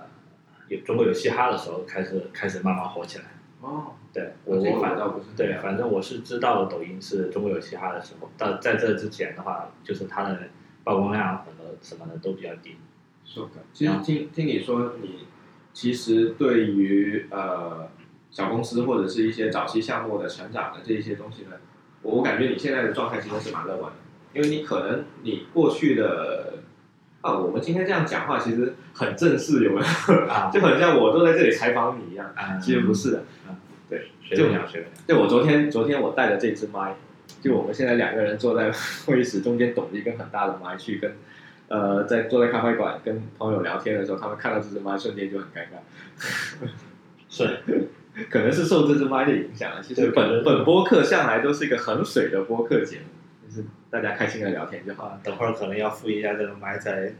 Speaker 2: 有中国有嘻哈的时候，开始开始慢慢火起来。
Speaker 1: 哦，
Speaker 2: 对我
Speaker 1: 我这个嗯
Speaker 2: 我
Speaker 1: 我
Speaker 2: 反
Speaker 1: 倒不是很
Speaker 2: 对，
Speaker 1: 了解
Speaker 2: 反正我是知道抖音是中国有嘻哈的时候，到在这之前的话，就是它的曝光量很多什么的都比较低。
Speaker 1: 是的，其实听听你说，你其实对于呃小公司或者是一些早期项目的成长的这一些东西呢，我我感觉你现在的状态其实是蛮乐观的，因为你可能你过去的啊，我们今天这样讲话其实很正式，有没有？
Speaker 2: 啊
Speaker 1: 就很像我坐在这里采访你一样，
Speaker 2: 啊，
Speaker 1: 其实不是的。
Speaker 2: 随便聊随便聊。
Speaker 1: 对，我昨天昨天我带着这支麦，就我们现在两个人坐在 会议室中间，懂一根很大的麦去跟，呃，在坐在咖啡馆跟朋友聊天的时候，他们看到这支麦瞬间就很尴尬，
Speaker 2: 是，
Speaker 1: 可能是受这支麦的影响啊。其实
Speaker 2: 对可能
Speaker 1: 本
Speaker 2: 是
Speaker 1: 本播客向来都是一个很水的播客节目，就是大家开心的聊天就好。
Speaker 2: 啊，等会儿可能要复一下这个麦， 再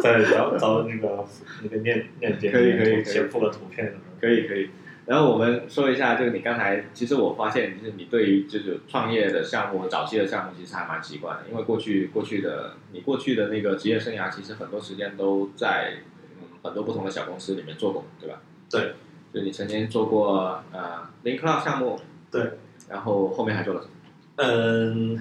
Speaker 2: 再找找那个那个链链接，
Speaker 1: 可以可以可以
Speaker 2: 先附个图片什么的。
Speaker 1: 可以可以。然后我们说一下，就是你刚才，其实我发现，就是你对于就是创业的项目、早期的项目，其实还蛮习惯的，因为过去过去的你过去的那个职业生涯，其实很多时间都在嗯很多不同的小公司里面做过，对吧？
Speaker 2: 对，
Speaker 1: 就你曾经做过呃零 cloud 项目，
Speaker 2: 对，
Speaker 1: 然后后面还做了什么？
Speaker 2: 嗯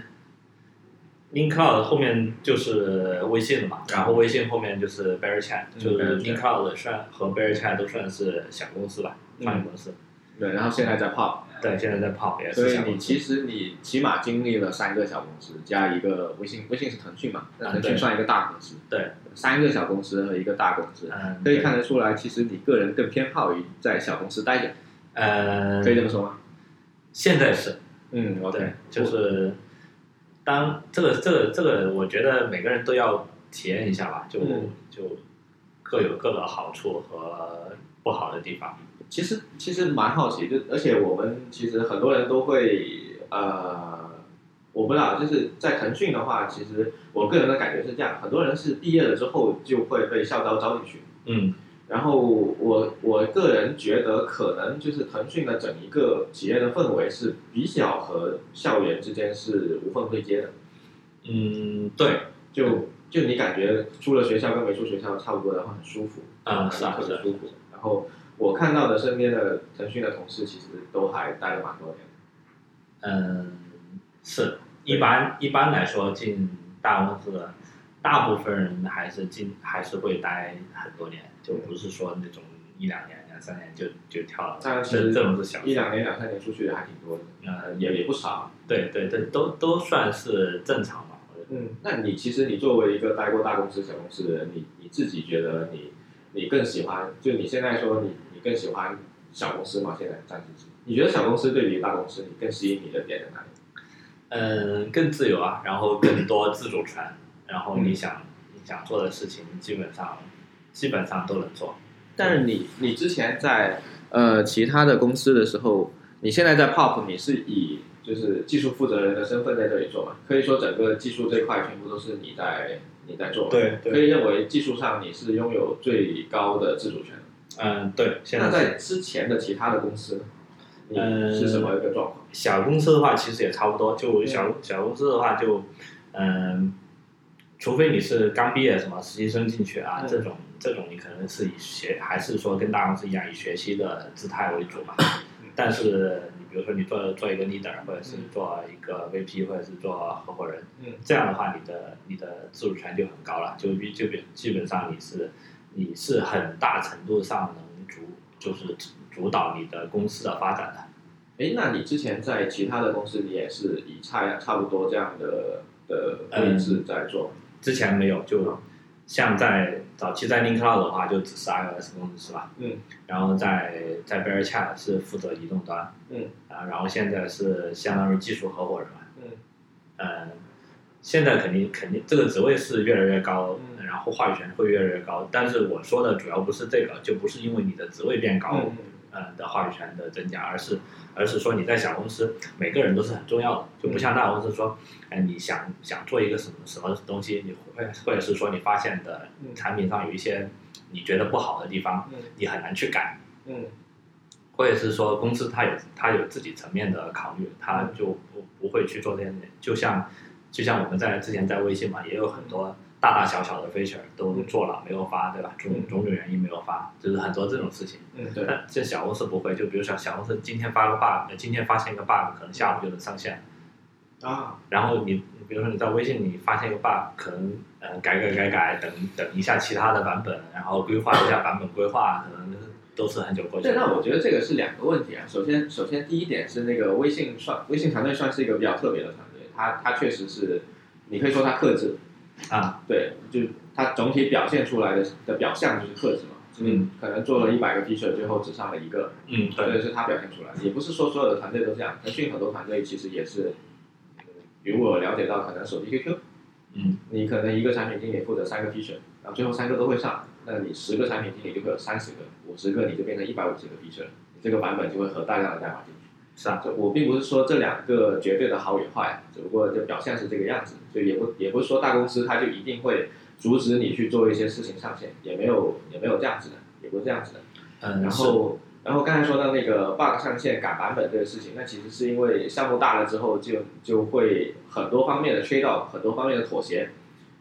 Speaker 2: ，InCloud 后面就是微信了嘛，然后微信后面就是 BearChat，、
Speaker 1: 嗯
Speaker 2: 就是
Speaker 1: BearChat
Speaker 2: InCloud 算和 BearChat 都算是小公司吧，
Speaker 1: 嗯
Speaker 2: 创业公司。
Speaker 1: 对，然后现在在 Pop，
Speaker 2: 对，现在在跑也
Speaker 1: 所
Speaker 2: 是
Speaker 1: 以
Speaker 2: 小
Speaker 1: 你
Speaker 2: 公司
Speaker 1: 其。实你起码经历了三个小公司加一个微信，微信是腾讯嘛，那
Speaker 2: 啊
Speaker 1: 腾讯
Speaker 2: 对
Speaker 1: 算一个大公司，
Speaker 2: 对，
Speaker 1: 三个小公司和一个大公司，
Speaker 2: 嗯，
Speaker 1: 可以
Speaker 2: 对
Speaker 1: 看得出来，其实你个人更偏好于在小公司待着。
Speaker 2: 呃，
Speaker 1: 可以这么说吗？
Speaker 2: 现在是
Speaker 1: 嗯
Speaker 2: 对
Speaker 1: ，OK，，
Speaker 2: 就是当这个这个这个，我觉得每个人都要体验一下吧，就、
Speaker 1: 嗯
Speaker 2: 就各有各的好处和不好的地方。
Speaker 1: 其实其实蛮好奇，就而且我们其实很多人都会呃，我不知道，就是在腾讯的话，其实我个人的感觉是这样，很多人是毕业了之后就会被校招招进去，
Speaker 2: 嗯
Speaker 1: 然后我我个人觉得可能就是腾讯的整一个企业的氛围是比较和校园之间是无缝对接的，
Speaker 2: 嗯，对，
Speaker 1: 就就你感觉出了学校跟没出学校差不多，然后很舒服，
Speaker 2: 嗯是啊
Speaker 1: 很
Speaker 2: 是啊
Speaker 1: 舒服。然后我看到的身边的腾讯的同事，其实都还待了蛮多年。
Speaker 2: 嗯，是一般一般来说进大公司的，大部分人还是进还是会待很多年，就不是说那种一两年、两三年就就跳了，
Speaker 1: 但是
Speaker 2: 这这种是小数
Speaker 1: 一两年、两三年出去的还挺多的，
Speaker 2: 呃，
Speaker 1: 也也不少。嗯
Speaker 2: 对对对，都都算是正常吧，我觉得。
Speaker 1: 嗯，那你其实你作为一个待过大公司、小公司的人，你你自己觉得你你更喜欢，就你现在说你你更喜欢小公司吗？现在暂时是，你觉得小公司对比大公司，你更吸引你的点在哪里？
Speaker 2: 嗯，更自由啊，然后更多自主权，然后
Speaker 1: 嗯
Speaker 2: 你想、你想做的事情，基本上基本上都能做。
Speaker 1: 但是你你之前在呃其他的公司的时候，你现在在 Pop，你是以就是技术负责人的身份在这里做嘛？可以说整个技术这一块全部都是你在你在做嘛，
Speaker 2: 对
Speaker 1: 可，以认为技术上你是拥有最高的自主权。
Speaker 2: 嗯，对，现
Speaker 1: 那
Speaker 2: 在是
Speaker 1: 在之前的其他的公司呢，
Speaker 2: 嗯
Speaker 1: 你是什么一个状况？
Speaker 2: 小公司的话，其实也差不多。就小、小公司的话就，嗯，除非你是刚毕业什么实习生进去啊，
Speaker 1: 嗯
Speaker 2: 这种这种你可能是以学，还是说跟大公司一样以学习的姿态为主嘛。但是你比如说你做做一个 leader，或者是
Speaker 1: 嗯
Speaker 2: 做一个 VP，或者是做合伙人，
Speaker 1: 嗯
Speaker 2: 这样的话你的你的自主权就很高了，就基本基本上你是你是很大程度上能主就是主导你的公司的发展的。
Speaker 1: 哎，那你之前在其他的公司，你也是以差差不多这样的的
Speaker 2: 嗯
Speaker 1: 位置在做吗？
Speaker 2: 之前没有，就
Speaker 1: 嗯
Speaker 2: 像在早期在 LinkCloud 的话，就只是 iOS 工程师吧，
Speaker 1: 嗯
Speaker 2: 然后在在 Bearcat 是负责移动端，
Speaker 1: 嗯
Speaker 2: 啊，然后现在是相当于技术合伙人嘛，
Speaker 1: 嗯
Speaker 2: 嗯，现在肯定肯定这个职位是越来越高，
Speaker 1: 嗯
Speaker 2: 然后话语权会越来越高，但是我说的主要不是这个，就不是因为你的职位变高，
Speaker 1: 嗯
Speaker 2: 呃的话语权的增加，而是而是说你在小公司每个人都是很重要的，就不像大公司说，哎、你想想做一个什么什么东西，你会或者是说你发现的
Speaker 1: 嗯
Speaker 2: 产品上有一些你觉得不好的地方，
Speaker 1: 嗯
Speaker 2: 你很难去改，
Speaker 1: 嗯
Speaker 2: 或者是说公司它有它有自己层面的考虑，它就不不会去做这些，就像就像我们在之前在微信嘛，也有很多。大大小小的 feature 都做了，没有发，对吧？种种种原因没有发，就是很多这种事情。
Speaker 1: 嗯，对。
Speaker 2: 但这小公司不会，就比如说小公司今天发个 bug，呃今天发现一个 bug，可能下午就能上线。
Speaker 1: 啊，
Speaker 2: 然后你，你比如说你在微信里发现一个 bug，可能呃改改改改，等等一下其他的版本，然后规划一下版本规划，可能都是很久过去
Speaker 1: 对，那
Speaker 2: 的。
Speaker 1: 我觉得这个是两个问题啊。首先，首先第一点是那个微信算微信团队算是一个比较特别的团队，它它确实是，你可以说它克制，
Speaker 2: 啊，
Speaker 1: 对，就它总体表现出来的的表象就是克制嘛，就是
Speaker 2: 嗯
Speaker 1: 可能做了一百个 feature，最后只上了一个，
Speaker 2: 嗯，
Speaker 1: 这
Speaker 2: 对，
Speaker 1: 个是它表现出来的。也不是说所有的团队都这样，腾讯很多团队其实也是，嗯比如我了解到，可能手机 QQ，
Speaker 2: 嗯，
Speaker 1: 你可能一个产品经理负责三个 feature，然后最后三个都会上，那你十个产品经理就会有三十个，五十个你就变成一百五十个 feature，你这个版本就会和大量的代码进去。
Speaker 2: 是啊，
Speaker 1: 就我并不是说这两个绝对的好与坏，只不过就表现是这个样子，就也不也不是说大公司它就一定会阻止你去做一些事情上线，也没有也没有这样子的，也不是这样子的。
Speaker 2: 嗯，
Speaker 1: 然后，然后刚才说到那个 bug 上线改版本这个事情，那其实是因为项目大了之后就，就会很多方面的 trade off，很多方面的妥协。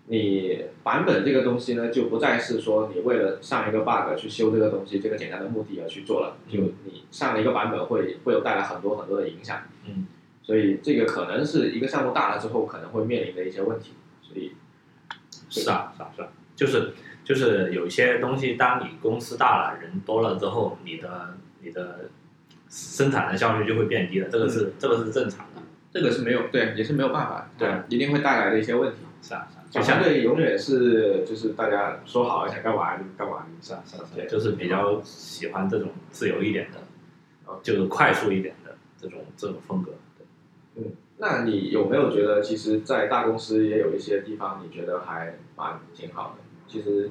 Speaker 1: 你版本这个东西呢，就不再是说你为了上一个 bug 去修这个东西这个简单的目的而去做了，就
Speaker 2: 嗯
Speaker 1: 你上了一个版本会会有带来很多很多的影响。
Speaker 2: 是嗯，
Speaker 1: 所以这个可能是一个项目大了之后可能会面临的一些问题。所以，
Speaker 2: 是啊，是啊，是啊，就是就是有一些东西，当你公司大了，人多了之后，你的你的生产的效率就会变低了，这个是、这个是正常的，
Speaker 1: 这个是没有对，也是没有办法，啊
Speaker 2: 对
Speaker 1: 它一定会带来的一些问题。
Speaker 2: 是啊，是啊，
Speaker 1: 小
Speaker 2: 就像
Speaker 1: 团队永远是就是大家说好想干嘛就干嘛，
Speaker 2: 是啊，是啊，是
Speaker 1: 对
Speaker 2: 啊，就是比较喜欢这种自由一点的。就是快速一点的这种这种风格。对
Speaker 1: 那你有没有觉得，其实，在大公司也有一些地方，你觉得还蛮挺好的？其实，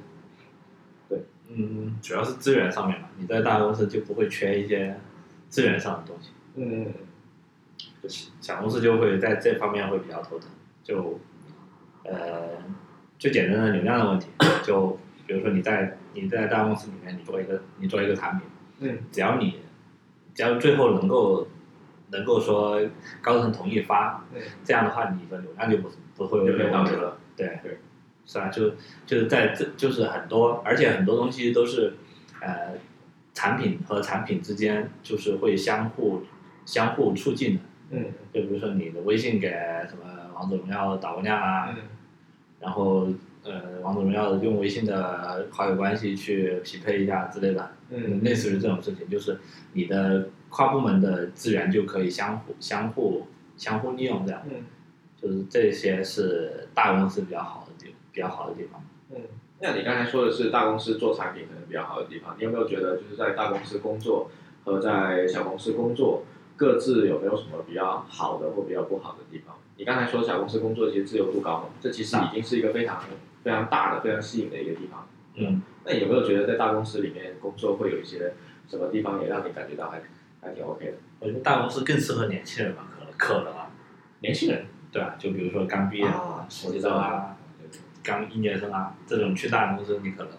Speaker 2: 嗯，主要是资源上面嘛，你在大公司就不会缺一些资源上的东西，
Speaker 1: 嗯，
Speaker 2: 小公司就会在这方面会比较头疼。就呃，最简单的流量的问题，就比如说你在你在大公司里面，你做一个你做一个产品，
Speaker 1: 嗯，
Speaker 2: 只要你只要最后能够能够说高层同意发，
Speaker 1: 对，
Speaker 2: 这样的话你的流量就不不会
Speaker 1: 就没有问
Speaker 2: 有问
Speaker 1: 题
Speaker 2: 题
Speaker 1: 了
Speaker 2: 了。对
Speaker 1: 对，
Speaker 2: 是吧？就就是在这就是很多，而且很多东西都是呃产品和产品之间就是会相互相互促进的。
Speaker 1: 嗯
Speaker 2: 就比如说你的微信给什么王者荣耀导流量啊，
Speaker 1: 嗯
Speaker 2: 然后呃王者荣耀用微信的好友关系去匹配一下之类的。嗯，
Speaker 1: 嗯
Speaker 2: 类似于这种事情，就是你的跨部门的资源就可以相互、相互、相互利用，这样，
Speaker 1: 嗯
Speaker 2: 就是这些是大公司比较好的地、比较好的地方。
Speaker 1: 嗯。那你刚才说的是大公司做产品可能比较好的地方，你有没有觉得就是在大公司工作和在小公司工作各自有没有什么比较好的或比较不好的地方？你刚才说小公司工作其实自由度高嘛，这其实已经是一个非常非常大的、非常吸引的一个地方。
Speaker 2: 嗯，
Speaker 1: 那你有没有觉得在大公司里面工作会有一些什么地方也让你感觉到还还挺 OK 的？
Speaker 2: 我觉得大公司更适合年轻人吧，可能可能啊，
Speaker 1: 年轻人
Speaker 2: 对吧、就比如说刚毕业的
Speaker 1: 啊
Speaker 2: 实习生啊，刚应届生啊，这种去大公司，你可能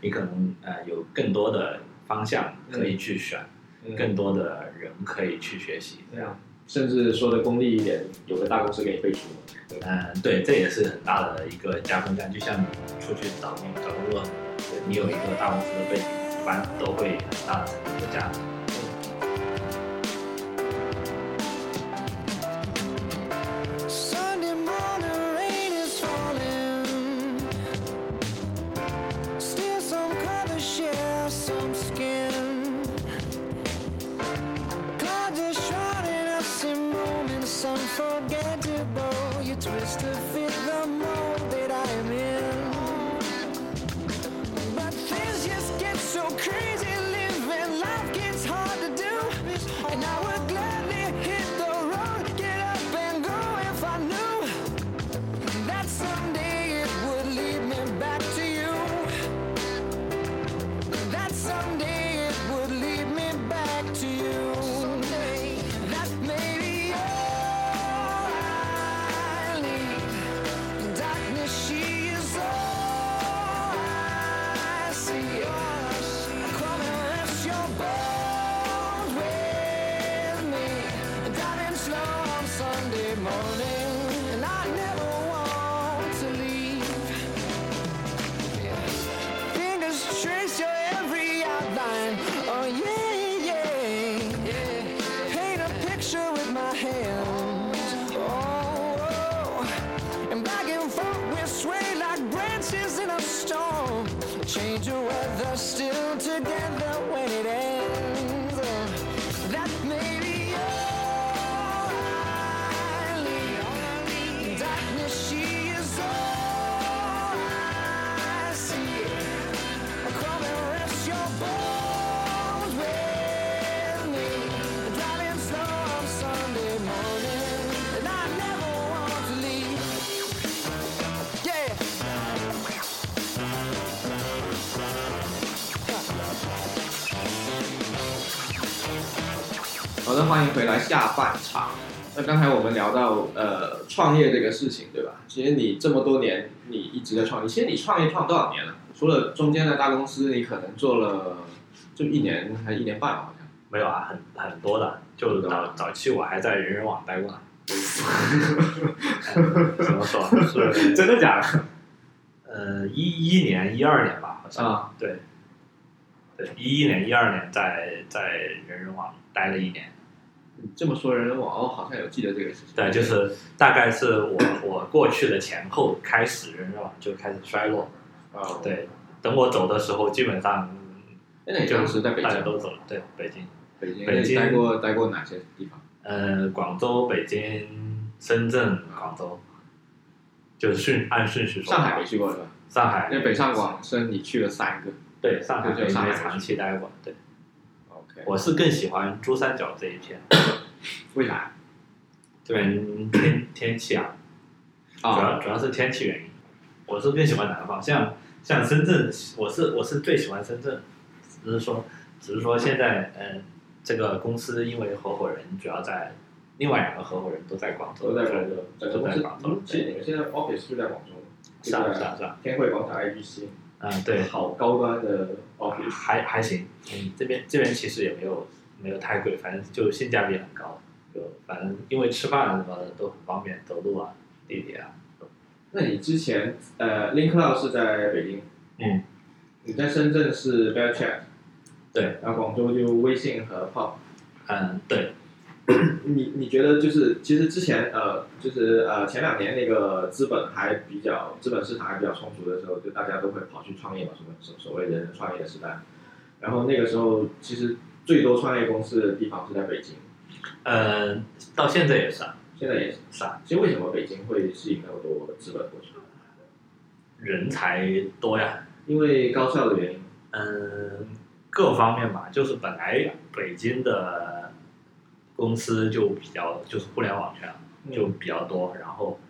Speaker 2: 你可能呃有更多的方向可以去选，
Speaker 1: 嗯
Speaker 2: 更多的人可以去学习，这
Speaker 1: 这
Speaker 2: 样。
Speaker 1: 样，甚至说的功利一点，有个大公司给你背书，对吧？
Speaker 2: 嗯，对，这也是很大的一个加分项。就像你出去找工找工作，你有一个大公司的背景，一般都会有很大的程度的加分。
Speaker 3: Sunday morning rain is falling. Still some colors share some skin. Clouds are shrouding us in moments unforgettable. You twist to fit the mold that I am in. But things just get so crazy living. Life gets hard to do. And I would gladly hit the road, get up and go if I knew that someday it would lead me back to you. That someday it would lead me back to you. That maybe all I need. Darkness, she is all I see. Come and rest your bones with me. Diving slow on Sunday morning, and I never want to leave. Fingers trace your every outline. Oh yeah, yeah. Paint a picture with my hands. Oh, oh. and back and forth we sway like branches in a storm. Change of weather, still together when it ends. Oh, That may be all I need. Darkness, she is all I see. Come and rest your bones with me. Driving slow on Sunday morning, and I never want to leave. Yeah.
Speaker 1: 好的，欢迎回来下半场。那刚才我们聊到呃创业这个事情，对吧？其实你这么多年，你一直在创业。其实你创业创多少年了？除了中间的大公司，你可能做了就一年还一年半吧，好像。
Speaker 2: 没有啊，很很多的。就
Speaker 1: 对
Speaker 2: 早早期我还在人人网待过呢。 嗯怎么说？是
Speaker 1: 真的假的？
Speaker 2: 呃，一一年、一二年吧，好像。
Speaker 1: 啊，
Speaker 2: 对，对，一一年、一二年在在人人网待了一年。
Speaker 1: 你这么说人人网哦，好像有记得这个事情。
Speaker 2: 对，就是大概是我我过去的前后开始，人人网就开始衰落。
Speaker 1: 哦，。
Speaker 2: 对，等我走的时候，基本上
Speaker 1: 那你
Speaker 2: 就
Speaker 1: 当时在北
Speaker 2: 大家
Speaker 1: 京，
Speaker 2: 都走了。对，北京，
Speaker 1: 北京，那
Speaker 2: 北
Speaker 1: 你
Speaker 2: 京
Speaker 1: 待过待过哪些地方？
Speaker 2: 呃，广州、北京、深圳、广州，就是顺按顺序说。
Speaker 1: 上海没，去过是吧？
Speaker 2: 上海
Speaker 1: 因为北上广深你去了三个。
Speaker 2: 对上海
Speaker 1: 就
Speaker 2: 没
Speaker 1: 上海
Speaker 2: 长期待过。对，
Speaker 1: OK， OK，
Speaker 2: 我是更喜欢珠三角这一片，
Speaker 1: 为啥？
Speaker 2: 这边天天气啊，主
Speaker 1: 啊
Speaker 2: 要主要是天气原因。我是更喜欢南方，像像深圳，我是我是最喜欢深圳，只是说只是说现在嗯、这个公司因为合伙人主要在另外两个合伙人都在广州，
Speaker 1: 都在广州，
Speaker 2: 对
Speaker 1: 整个
Speaker 2: 都
Speaker 1: 公
Speaker 2: 在
Speaker 1: 司
Speaker 2: 广，
Speaker 1: 你
Speaker 2: 州
Speaker 1: 们，其实你
Speaker 2: 对
Speaker 1: 们现在 office 就在广州，
Speaker 2: 是啊
Speaker 1: 就在
Speaker 2: 是啊是啊，
Speaker 1: 天汇广场 IGC，
Speaker 2: 嗯对，
Speaker 1: 好高端的 office，
Speaker 2: 哦还还行，嗯这边这边其实也没有没有太贵，反正就性价比很高，就反正因为吃饭啊什么的都很方便，走路啊、地铁啊，
Speaker 1: 那你之前呃 l i n k l o u d 是在北京，
Speaker 2: 嗯，
Speaker 1: 你在深圳是 Bell Chat，
Speaker 2: 对，
Speaker 1: 然后广州就微信和 Pop。
Speaker 2: 嗯对，
Speaker 1: 你你觉得就是其实之前呃就是呃前两年那个资本还比较资本市场还比较充足的时候，就大家都会跑去创业嘛，什么所所谓的人创业的时代。然后那个时候其实最多创业公司的地方是在北京，
Speaker 2: 嗯到现在也是啊
Speaker 1: 现在也是。
Speaker 2: 是啊，
Speaker 1: 其实为什么北京会吸引那么多资本过去？
Speaker 2: 人才多呀，
Speaker 1: 因为高校的原因。
Speaker 2: 嗯各方面吧，就是本来北京的公司就比较就是互联网圈啊就比较多，然后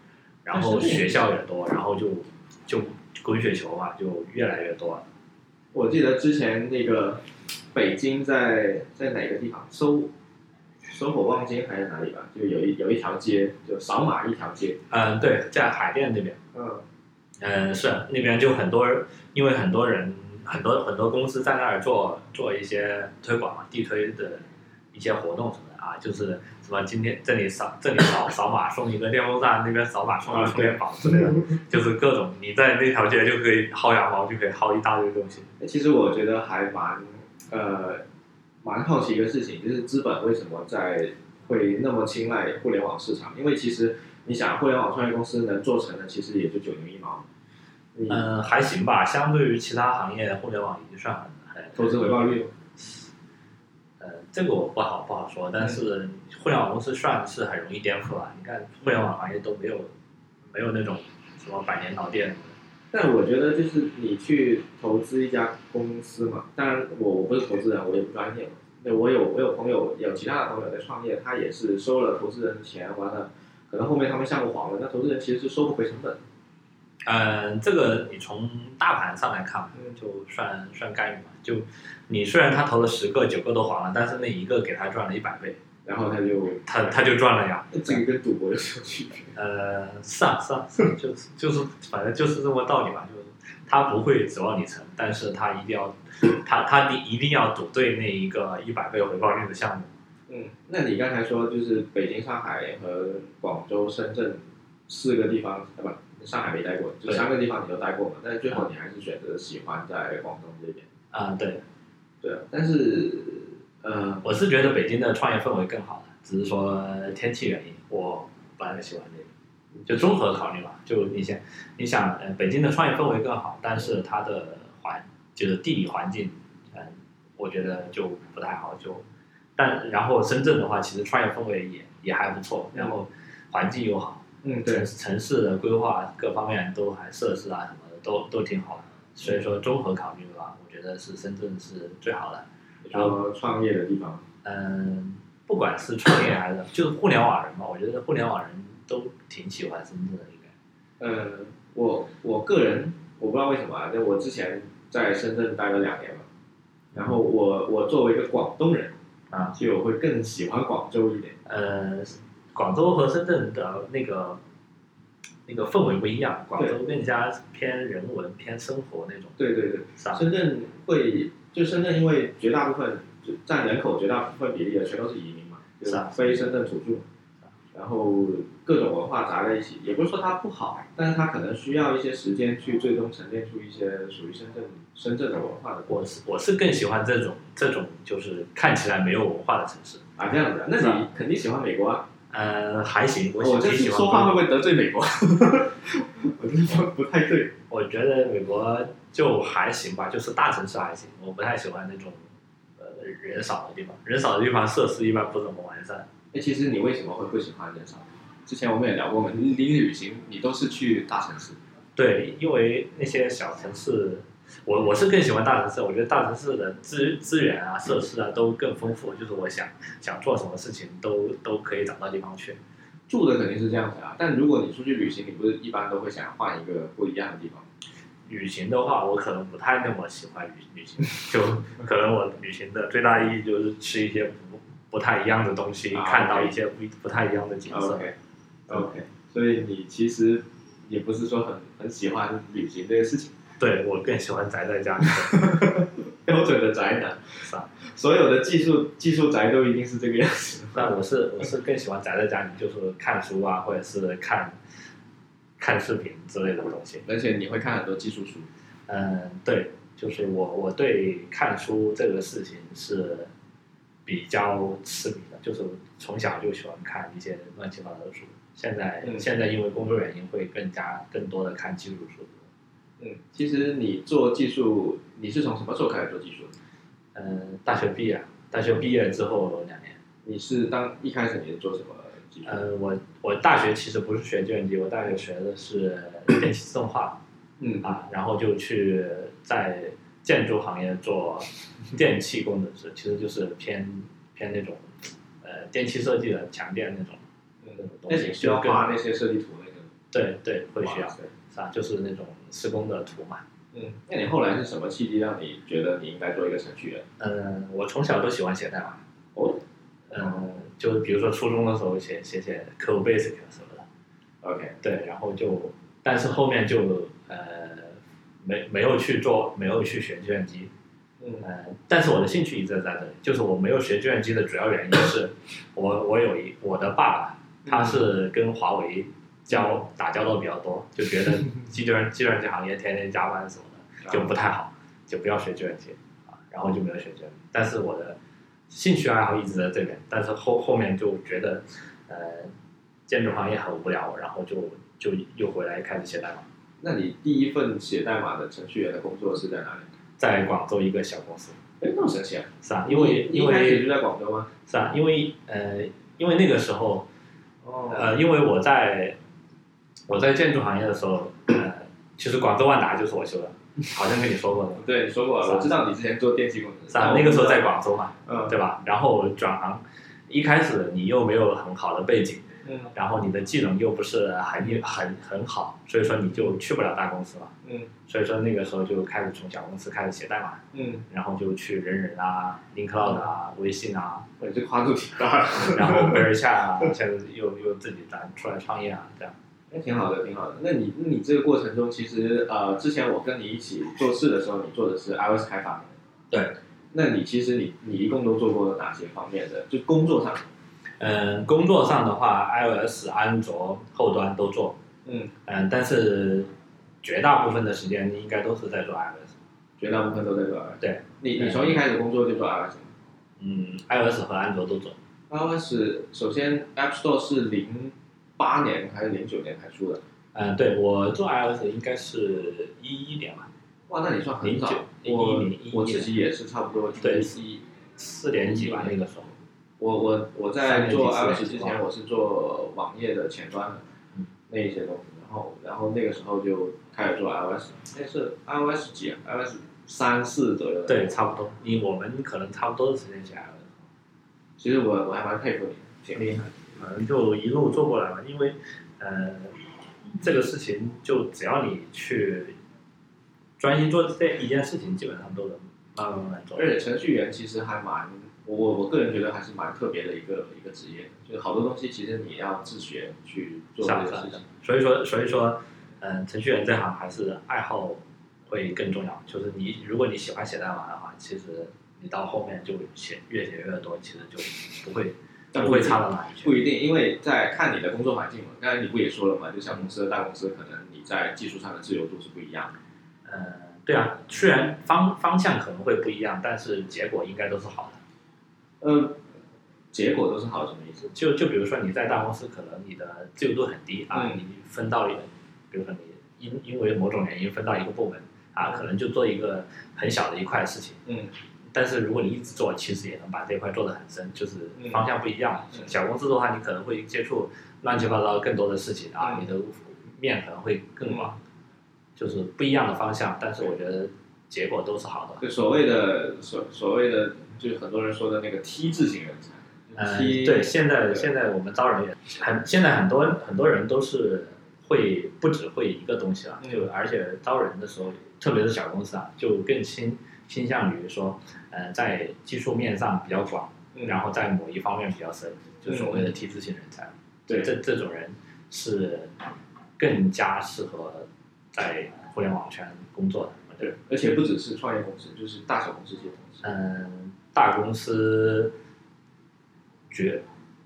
Speaker 2: 然后
Speaker 1: 嗯但是
Speaker 2: 学校也多，然后就就滚雪球嘛，就越来越多了。
Speaker 1: 我记得之前那个北京在在哪个地方搜搜火望京还是哪里吧，就有一有一条街就扫码一条街，
Speaker 2: 嗯，对，在海淀那边，
Speaker 1: 嗯，
Speaker 2: 嗯，是那边就很多人，因为很多人，很多很多公司在那儿做做一些推广嘛，地推的一些活动什么的啊，就是什么今天这里扫这里扫扫码送一个电风扇，那边扫码送一
Speaker 1: 啊
Speaker 2: 个充电宝之类的，就是各种你在那条街就可以薅羊毛，就可以薅一大堆东西。
Speaker 1: 哎其实我觉得还蛮呃蛮好奇一个事情，就是资本为什么在会那么青睐互联网市场？因为其实你想，互联网创业公司能做成的，其实也就九牛一毛。你
Speaker 2: 嗯，还行吧，相对于其他行业，互联网已经算很很
Speaker 1: 投资回报率
Speaker 2: 呃，这个我不好不好说，但是互联网公司算是很容易颠覆啊了。你看互联网行业都没有没有那种什么百年老店什么的，
Speaker 1: 但我觉得就是你去投资一家公司嘛，当然我我不是投资人，我也不专业嘛。那我有我有朋友有其他的朋友在创业，他也是收了投资人的钱，完了可能后面他们项目黄了，那投资人其实是收不回成本。
Speaker 2: 嗯，这个你从大盘上来看嘛
Speaker 1: 嗯，
Speaker 2: 就算算概率嘛。就你虽然他投了十个，九个都黄了，但是那一个给他赚了一百倍，
Speaker 1: 然后他就
Speaker 2: 他他就赚了呀。
Speaker 1: 这个跟赌博有什么区别？
Speaker 2: 呃，是啊是啊，是啊就是就是反正就是这么道理吧，就是他不会指望你成，但是他一定要他他一定要赌对那一个一百倍回报率的项目。
Speaker 1: 嗯，那你刚才说就是北京、上海和广州、深圳四个地方，啊不，上海没待过，就
Speaker 2: 对
Speaker 1: 三个地方你都待过嘛，但是最后你还是选择喜欢在广东这边。
Speaker 2: 啊、对，
Speaker 1: 对啊，但是呃，
Speaker 2: 我是觉得北京的创业氛围更好了，只是说天气原因，我不太喜欢这个。就综合考虑嘛，就你想，你想，呃，北京的创业氛围更好，但是它的环就是地理环境，嗯、我觉得就不太好。就，但然后深圳的话，其实创业氛围也也还不错，然后环境又好，
Speaker 1: 嗯，对
Speaker 2: 城，城市的规划各方面都还设施啊什么的都都挺好的，所以说综合考虑的话，我觉得是深圳是最好的。
Speaker 1: 然后创业的地方，
Speaker 2: 嗯，不管是创业还是就是互联网人嘛，我觉得互联网人都挺喜欢深圳的，应该。
Speaker 1: 呃，我我个人我不知道为什么啊，就我之前在深圳待了两年嘛，然后我我作为一个广东人，
Speaker 2: 啊，
Speaker 1: 就我会更喜欢广州一点。
Speaker 2: 呃，广州和深圳的那个那个氛围不一样，广州更加偏人文、偏生活那种，
Speaker 1: 对对对，
Speaker 2: 是吧？
Speaker 1: 深圳会，就深圳因为绝大部分就占人口绝大部分比例的全都是移民嘛，就是啊
Speaker 2: 啊
Speaker 1: 非深圳土著，然后各种文化杂在一起，也不是说它不好，但是它可能需要一些时间去最终沉淀出一些属于深圳深圳的文化的
Speaker 2: 我是我是更喜欢这种这种就是看起来没有文化的城市。
Speaker 1: 啊这样子啊，那
Speaker 2: 是啊
Speaker 1: 你肯定喜欢美国啊，
Speaker 2: 呃，还行，我
Speaker 1: 我这
Speaker 2: 挺喜
Speaker 1: 哦是
Speaker 2: 欢。
Speaker 1: 说话会不会得罪美 国？我这说不太对，
Speaker 2: 我觉得美国就还行吧，就是大城市还行，我不太喜欢那种呃人少的地方，人少的地方设施一般不怎么完善。
Speaker 1: 哎，其实你为什么会不喜欢人少？之前我们也聊过嘛，你你旅行你都是去大城市，
Speaker 2: 对，因为那些小城市，我我是更喜欢大城市，我觉得大城市的资资源啊、设施啊都更丰富，就是我想想做什么事情都都可以找到地方去。
Speaker 1: 住的肯定是这样子啊，但如果你出去旅行，你不是一般都会想要换一个不一样的地方吗？
Speaker 2: 旅行的话，我可能不太那么喜欢旅旅行， 就可能我旅行的最大意义就是吃一些不不太一样的东西，
Speaker 1: 啊
Speaker 2: 看到
Speaker 1: OK
Speaker 2: 一些不不太一样的景色。
Speaker 1: OK OK，所以你其实也不是说很很喜欢旅行这个事情，
Speaker 2: 对我更喜欢宅在 家里，
Speaker 1: 标准的宅男，
Speaker 2: 是吧？
Speaker 1: 所有的技术技术宅都一定是这个样子。
Speaker 2: 但我是我是更喜欢宅在家里，就是看书啊，或者是看看视频之类的东西。
Speaker 1: 而且你会看很多技术书，
Speaker 2: 嗯，对，就是我我对看书这个事情是比较痴迷的，就是从小就喜欢看一些乱七八糟的书。现在、
Speaker 1: 嗯
Speaker 2: 现在因为工作原因，会更加更多的看技术书。
Speaker 1: 嗯，其实你做技术，你是从什么时候开始做技术的？
Speaker 2: 嗯，大学毕业，大学毕业之后两年，
Speaker 1: 你是当一开始你是做什么技术？
Speaker 2: 呃，我我大学其实不是学计算机，我大学学的是电气自动化。
Speaker 1: 嗯
Speaker 2: 啊，然后就去在建筑行业做电气工程师，其实就是偏偏那种呃电气设计的强电那种。
Speaker 1: 嗯，那你需要画那些设计图那个？
Speaker 2: 对对，会需要
Speaker 1: 哇塞
Speaker 2: 是吧？就是那种施工的图嘛。
Speaker 1: 嗯，那你后来是什么契机让你觉得你应该做一个程序员？
Speaker 2: 嗯，我从小都喜欢写代码。
Speaker 1: 哦
Speaker 2: 嗯，就比如说初中的时候写写写 Code Basic 什么的，
Speaker 1: ，OK，
Speaker 2: 对，然后就但是后面就呃没没有去做，没有去学计算机，
Speaker 1: 嗯
Speaker 2: 呃，但是我的兴趣一直在这里，就是我没有学计算机的主要原因是我我有一我的爸爸，他是跟华为交打交道比较多，就觉得计算计算机行业天天加班什么的就不太好，就不要学计算机啊，然后就没有学计算机。但是我的兴趣爱好一直在这边，但是后后面就觉得呃建筑行业很无聊，然后就就又回来开始写代码，
Speaker 1: 那你第一份写代码的程序员的工作是在哪里？
Speaker 2: 在广州一个小公司，
Speaker 1: 哎，那么神奇啊！
Speaker 2: 是啊，因为
Speaker 1: 你
Speaker 2: 因
Speaker 1: 一开
Speaker 2: 为
Speaker 1: 始就在广州吗？
Speaker 2: 是啊，因为呃，因为那个时候，
Speaker 1: 哦，
Speaker 2: 呃，因为我在我在建筑行业的时候，呃，其实广州万达就是我修的，好像跟你说过的，
Speaker 1: 哦对，你说过了，我知道你之前做电气工程师
Speaker 2: 是啊，那个时候在，广州嘛，
Speaker 1: 嗯，
Speaker 2: 对吧？然后我转行，一开始你又没有很好的背景，
Speaker 1: 嗯
Speaker 2: 然后你的技能又不是很很很好，所以说你就去不了大公司嘛，
Speaker 1: 嗯
Speaker 2: 所以说那个时候就开始从小公司开始写代码，
Speaker 1: 嗯，
Speaker 2: 然后就去人人啊、LinkedIn 啊、微信啊，
Speaker 1: 我这跨度挺大的，
Speaker 2: 然后贝尔夏啊，现在又又自己咱出来创业啊，这样。
Speaker 1: 那哎挺好的，挺好的。那你那你这个过程中，其实呃，之前我跟你一起做事的时候，你做的是 iOS 开发，
Speaker 2: 对。
Speaker 1: 那你其实你你一共都做过哪些方面的？就工作上，
Speaker 2: 嗯，工作上的话，iOS、安卓后端都做，
Speaker 1: 嗯，
Speaker 2: 嗯，但是绝大部分的时间应该都是在做 iOS。
Speaker 1: 绝大部分都在做 iOS。
Speaker 2: 对，
Speaker 1: 你你从一开始工作就做 iOS 吗
Speaker 2: 嗯，iOS 和安卓都做。
Speaker 1: iOS 首先 App Store 是零八年还是零九年才出的？
Speaker 2: 嗯，对我做 iOS 应该是一一年吧，
Speaker 1: 哇，那你算很早。
Speaker 2: 09
Speaker 1: 我
Speaker 2: 11
Speaker 1: 我自己也是差不多
Speaker 2: 对
Speaker 1: 一
Speaker 2: 四年级吧那个时候。
Speaker 1: 我我我在做
Speaker 2: 三年
Speaker 1: iOS
Speaker 2: 级哦
Speaker 1: 之前，我是做网页的前端的
Speaker 2: 嗯
Speaker 1: 那一些东西，然后然后那个时候就开始做 iOS，那是 iOS 几啊？iOS 三四左右的。
Speaker 2: 对，，差不多。你我们可能差不多的时间写 iOS。
Speaker 1: 其实我我还蛮佩服你，挺厉害的。
Speaker 2: 反正就一路做过来嘛。因为，呃，这个事情就只要你去专心做这一件事情，基本上都能慢慢慢慢做。
Speaker 1: 而且程序员其实还蛮，我我我个人觉得还是蛮特别的一个一个职业，就是好多东西其实你要自学去做
Speaker 2: 是
Speaker 1: 这
Speaker 2: 啊
Speaker 1: 个
Speaker 2: 是啊
Speaker 1: 事
Speaker 2: 是啊
Speaker 1: 情。
Speaker 2: 所以说，所以说，嗯、程序员这行还是爱好会更重要。就是你如果你喜欢写代码的话，其实你到后面就写越写越多，其实就不会
Speaker 1: 但
Speaker 2: 不
Speaker 1: 不一
Speaker 2: 会
Speaker 1: 定
Speaker 2: 差到哪里去。
Speaker 1: 不一定，因为在看你的工作环境嘛。刚才你不也说了嘛，就小公司和大公司，可能你在技术上的自由度是不一样的。
Speaker 2: 呃，对啊，虽然方方向可能会不一样，但是结果应该都是好的。
Speaker 1: 呃，结果都是好，什么意思？
Speaker 2: 就就比如说你在大公司，可能你的自由度很低啊，
Speaker 1: 嗯
Speaker 2: 你分到一个，比如说你因因为某种原因分到一个部门啊，可能就做一个很小的一块事情，
Speaker 1: 嗯
Speaker 2: 但是如果你一直做，其实也能把这块做得很深，就是
Speaker 1: 嗯
Speaker 2: 方向不一样。
Speaker 1: 嗯
Speaker 2: 小公司的话，你可能会接触乱七八糟更多的事情啊，
Speaker 1: 嗯
Speaker 2: 你的面可能会更广，就是不一样的方向。但是我觉得结果都是好的。
Speaker 1: 就所谓的所所谓的，就是很多人说的那个 T 字型人才
Speaker 2: 嗯，
Speaker 1: ，T
Speaker 2: 对，现在
Speaker 1: 对
Speaker 2: 现在我们招人也很，现在很多很多人都是会不只会一个东西了，啊
Speaker 1: 嗯
Speaker 2: 就而且招人的时候，特别是小公司啊，就更倾倾向于说，呃，在技术面上比较广，
Speaker 1: 嗯
Speaker 2: 然后在某一方面比较深，就所谓的
Speaker 1: 嗯
Speaker 2: T 字型人才。
Speaker 1: 对
Speaker 2: 这这种人是更加适合在互联网圈工作的。我觉得
Speaker 1: 对，而且不只是创业公司，就是大小公司这些公司。
Speaker 2: 嗯，大公司绝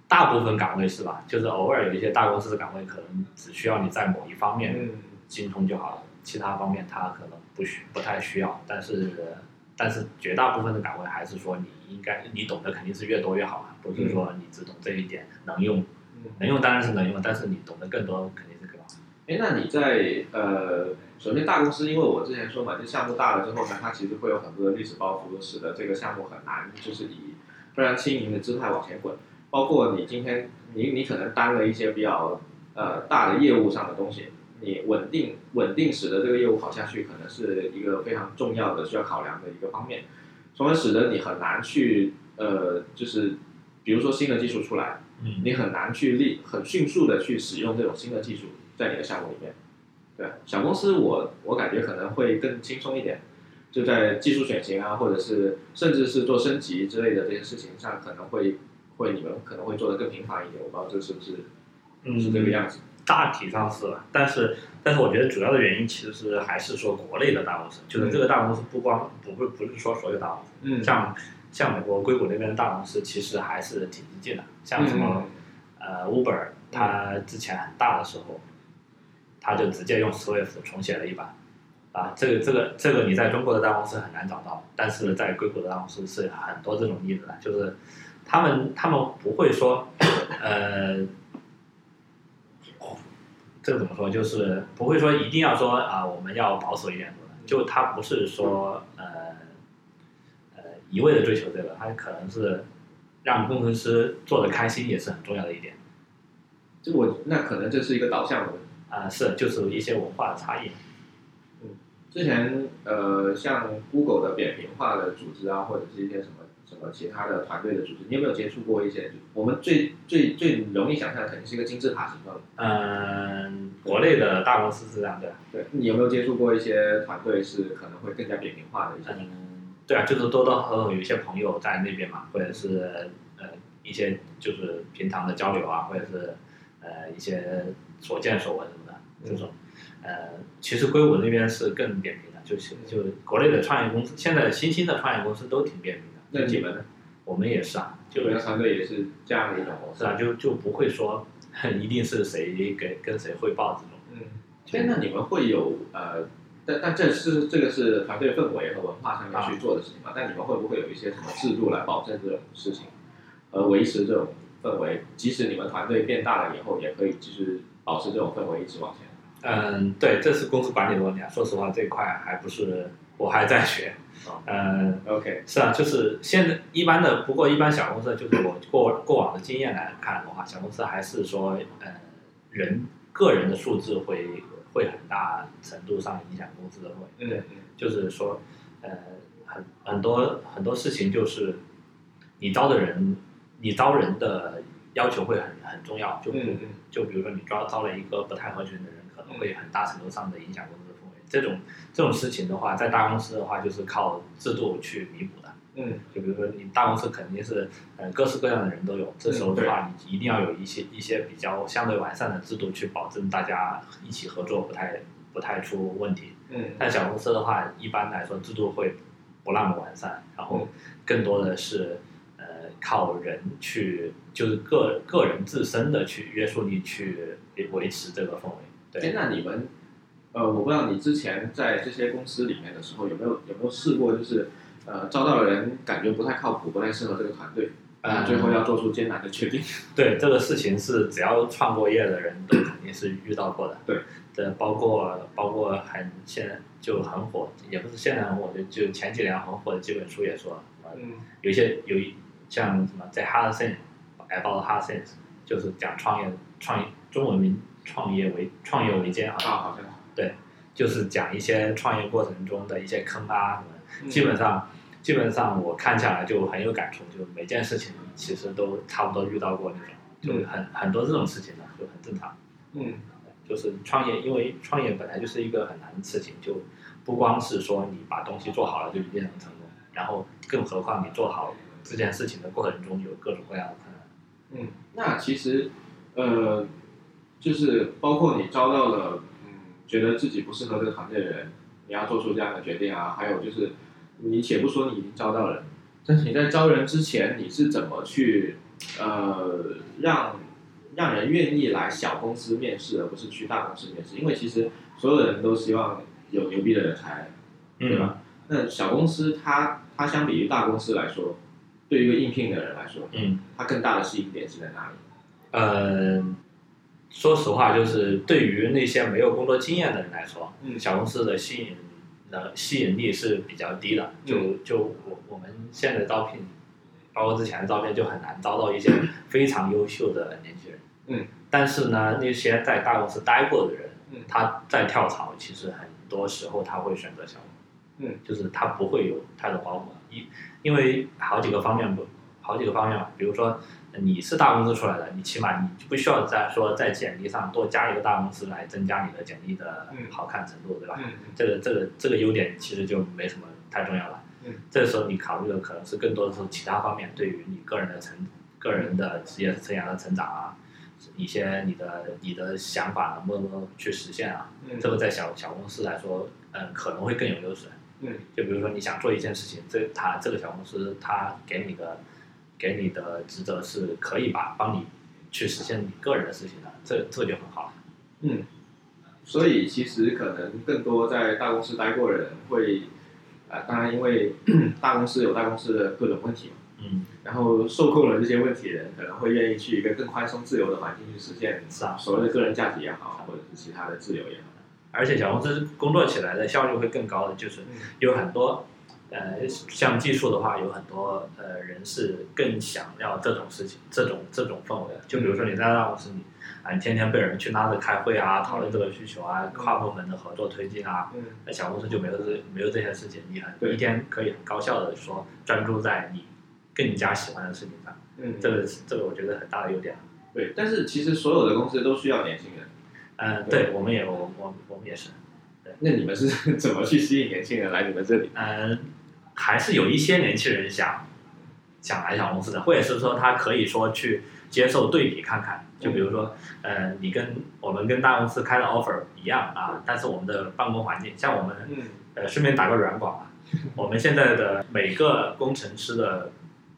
Speaker 2: 大部分岗位是吧？就是偶尔有一些大公司的岗位，可能只需要你在某一方面
Speaker 1: 嗯，
Speaker 2: 精通就好了，其他方面他可能不需不太需要。但是但是绝大部分的岗位还是说你应该你懂得肯定是越多越好嘛，不是说你只懂这一点能用
Speaker 1: 嗯
Speaker 2: 能用当然是能用，但是你懂得更多肯定是更好。
Speaker 1: 哎，那你在呃，首先大公司，因为我之前说嘛，这项目大了之后呢，它其实会有很多的历史包袱，使得这个项目很难就是以非常轻盈的姿态往前滚。包括你今天你你可能担了一些比较呃大的业务上的东西，你稳定稳定使得这个业务好下去，可能是一个非常重要的需要考量的一个方面，从而使得你很难去呃就是比如说新的技术出来，
Speaker 2: 嗯
Speaker 1: 你很难去立很迅速的去使用这种新的技术在你的项目里面。对，小公司我我感觉可能会更轻松一点，就在技术选型啊，或者是甚至是做升级之类的这些事情上，可能会会你们可能会做的更频繁一点。我不知道这是不是
Speaker 2: 嗯
Speaker 1: 是这个样子。
Speaker 2: 大体上是吧？但是但是我觉得主要的原因其实是还是说国内的大公司，就是这个大公司不光不不不是说所有大公司，
Speaker 1: 嗯
Speaker 2: 像像美国硅谷那边的大公司其实还是挺激进的，像什
Speaker 1: 嗯
Speaker 2: 么、呃 Uber，它之前很大的时候，它就直接用 Swift 重写了一版。啊，这个这个这个你在中国的大公司很难找到，但是在硅谷的大公司是很多这种例子的，就是他们他们不会说，呃，这个怎么说，就是不会说一定要说啊、我们要保守一点什么的，就他不是说呃呃一味的追求这个，他可能是让工程师做的开心也是很重要的一点
Speaker 1: 就我那可能这是一个导向的问题。
Speaker 2: 啊、是就是一些文化的差异，
Speaker 1: 之前呃，像 Google 的扁平化的组织啊，或者是一些什么什么其他的团队的组织，你有没有接触过一些？我们最最最容易想象的肯定是一个金字塔形状的。
Speaker 2: 嗯，国内的大公司是这样对吧？
Speaker 1: 对，你有没有接触过一些团队是可能会更加扁平化的一些？
Speaker 2: 嗯，对啊，就是多多少少有一些朋友在那边嘛，或者是呃一些就是平常的交流啊，或者是呃一些所见所闻什么的
Speaker 1: 嗯
Speaker 2: 这种。呃，其实硅谷那边是更扁平的，就是
Speaker 1: 嗯
Speaker 2: 就是国内的创业公司，现在新兴的创业公司都挺扁平的。
Speaker 1: 那你们呢？
Speaker 2: 我们也是啊，就
Speaker 1: 你们团队也是这样的一种模式
Speaker 2: 是啊，？就就不会说 一定是谁给跟谁汇报这种。
Speaker 1: 嗯，哎，那你们会有呃，但但这是这个是团队氛围和文化上面去做的事情嘛？但你们会不会有一些什么制度来保证这种事情，呃，维持这种氛围？即使你们团队变大了以后，也可以继续保持这种氛围一直往前。
Speaker 2: 嗯，对，这是公司管理的问题啊。说实话，这一块还不是我还在学
Speaker 1: 哦。
Speaker 2: 嗯，
Speaker 1: OK，
Speaker 2: 是啊，就是现在一般的，不过一般小公司就是我过过往的经验来看的话，小公司还是说，呃，人个人的素质会会很大程度上影响公司的氛
Speaker 1: 嗯
Speaker 2: 围。对，就是说，呃，很很多很多事情就是你招的人，你招人的要求会很很重要。就比如、
Speaker 1: 嗯嗯
Speaker 2: 就比如说你招招了一个不太合群的人，可能会很大程度上的影响公司的氛围。这种这种事情的话，在大公司的话，就是靠制度去弥补的。
Speaker 1: 嗯
Speaker 2: 就比如说你大公司肯定是呃各式各样的人都有，这时候的话，你一定要有一些一些比较相对完善的制度去保证大家一起合作不太不太出问题。
Speaker 1: 嗯嗯
Speaker 2: 但小公司的话，一般来说制度会不那么完善，然后
Speaker 1: 嗯
Speaker 2: 更多的是呃靠人去，就是个个人自身的去约束力去维持这个氛围。
Speaker 1: 哎，
Speaker 2: 对，
Speaker 1: 那你们，呃，我不知道你之前在这些公司里面的时候，有没有有没有试过，就是呃，招到的人感觉不太靠谱，不太适合这个团队，啊、
Speaker 2: 嗯
Speaker 1: 最后要做出艰难的决定。
Speaker 2: 对这个事情是只要创过业的人都肯定是遇到过的。
Speaker 1: 对，
Speaker 2: 这包括包括很现在就很火，也不是现在很火，就就前几年很火的几本书也说，呃
Speaker 1: 嗯
Speaker 2: 有一些有一像什么在 Hard Sense about Hard Sense，就是讲创业创业中文名创业维创业维艰
Speaker 1: 啊，
Speaker 2: 啊，
Speaker 1: 好像
Speaker 2: 对，就是讲一些创业过程中的一些坑啊什么的。
Speaker 1: 嗯
Speaker 2: 基本上基本上我看下来就很有感触，就每件事情其实都差不多遇到过那种，就很很多这种事情呢就很正常。
Speaker 1: 嗯
Speaker 2: 就是创业，因为创业本来就是一个很难的事情，就不光是说你把东西做好了就一定能成功，然后更何况你做好这件事情的过程中有各种各样的困难。
Speaker 1: 嗯，那其实呃，就是包括你招到了嗯，觉得自己不适合这个行业的人，你要做出这样的决定啊，还有就是你且不说你已经招到人，但是你在招人之前，你是怎么去呃让让人愿意来小公司面试，而不是去大公司面试？因为其实所有人都希望有牛逼的人才，对
Speaker 2: 嗯
Speaker 1: 吧？那小公司它它相比于大公司来说，对于一个应聘的人来说，
Speaker 2: 嗯，
Speaker 1: 它更大的吸引点是在哪里？
Speaker 2: 呃，说实话，就是对于那些没有工作经验的人来说，
Speaker 1: 嗯
Speaker 2: 小公司的吸引的吸引力是比较低的。就、
Speaker 1: 嗯
Speaker 2: 就我我们现在招聘，包括之前的招聘，就很难招到一些非常优秀的年轻人。
Speaker 1: 嗯，
Speaker 2: 但是呢，那些在大公司待过的人，
Speaker 1: 嗯
Speaker 2: 他在跳槽，其实很多时候他会选择小公司。
Speaker 1: 嗯，
Speaker 2: 就是他不会有太多包袱，因因为好几个方面不，好几个方面吧，比如说你是大公司出来的，你起码你不需要再说在简历上多加一个大公司来增加你的简历的
Speaker 1: 嗯
Speaker 2: 好看程度，对吧？
Speaker 1: 嗯
Speaker 2: 这个这个这个优点其实就没什么太重要了。
Speaker 1: 嗯，
Speaker 2: 这时候你考虑的可能是更多的是其他方面，对于你个人的成个人的职业生涯的成长啊，一些你的你的想法能不能去实现啊，
Speaker 1: 嗯
Speaker 2: 这个在小小公司来说，嗯，可能会更有优势。
Speaker 1: 嗯
Speaker 2: 就比如说你想做一件事情，这他这个小公司他给你的给你的职责是可以把帮你去实现你个人的事情的，这这就很好了。
Speaker 1: 嗯，所以其实可能更多在大公司待过的人会，呃，当然因为 大公司有大公司的各种问题嘛，
Speaker 2: 嗯，
Speaker 1: 然后受够了这些问题的人可能会愿意去一个更宽松自由的环境去实现
Speaker 2: 是啊
Speaker 1: 所谓的个人价值也好，或者是其他的自由也好。
Speaker 2: 而且小公司工作起来的效率会更高的，就是
Speaker 1: 嗯
Speaker 2: 有很多，呃，像技术的话，有很多呃人是更想要这种事情，这种这种氛围的。就比如说你在大公司，你啊，你天天被人去拉着开会啊，讨论这个需求啊，跨部门的合作推进啊。
Speaker 1: 嗯
Speaker 2: 那小公司就没有这没有这些事情，你很
Speaker 1: 对
Speaker 2: 一天可以很高效的说专注在你更加喜欢的事情上，
Speaker 1: 嗯，
Speaker 2: 这个是这个我觉得很大的优点。啊
Speaker 1: 对。但是其实所有的公司都需要年轻人，
Speaker 2: 嗯、
Speaker 1: 对
Speaker 2: 对我们也我我我们也是。
Speaker 1: 那你们是 怎么去吸引年轻人来你们这里？
Speaker 2: 嗯，还是有一些年轻人想想来小公司的，或者是说他可以说去接受对比看看，就比如说，呃，你跟我们跟大公司开的 offer 一样啊，但是我们的办公环境，像我们
Speaker 1: 嗯
Speaker 2: 呃，顺便打个软广啊，我们现在的每个工程师的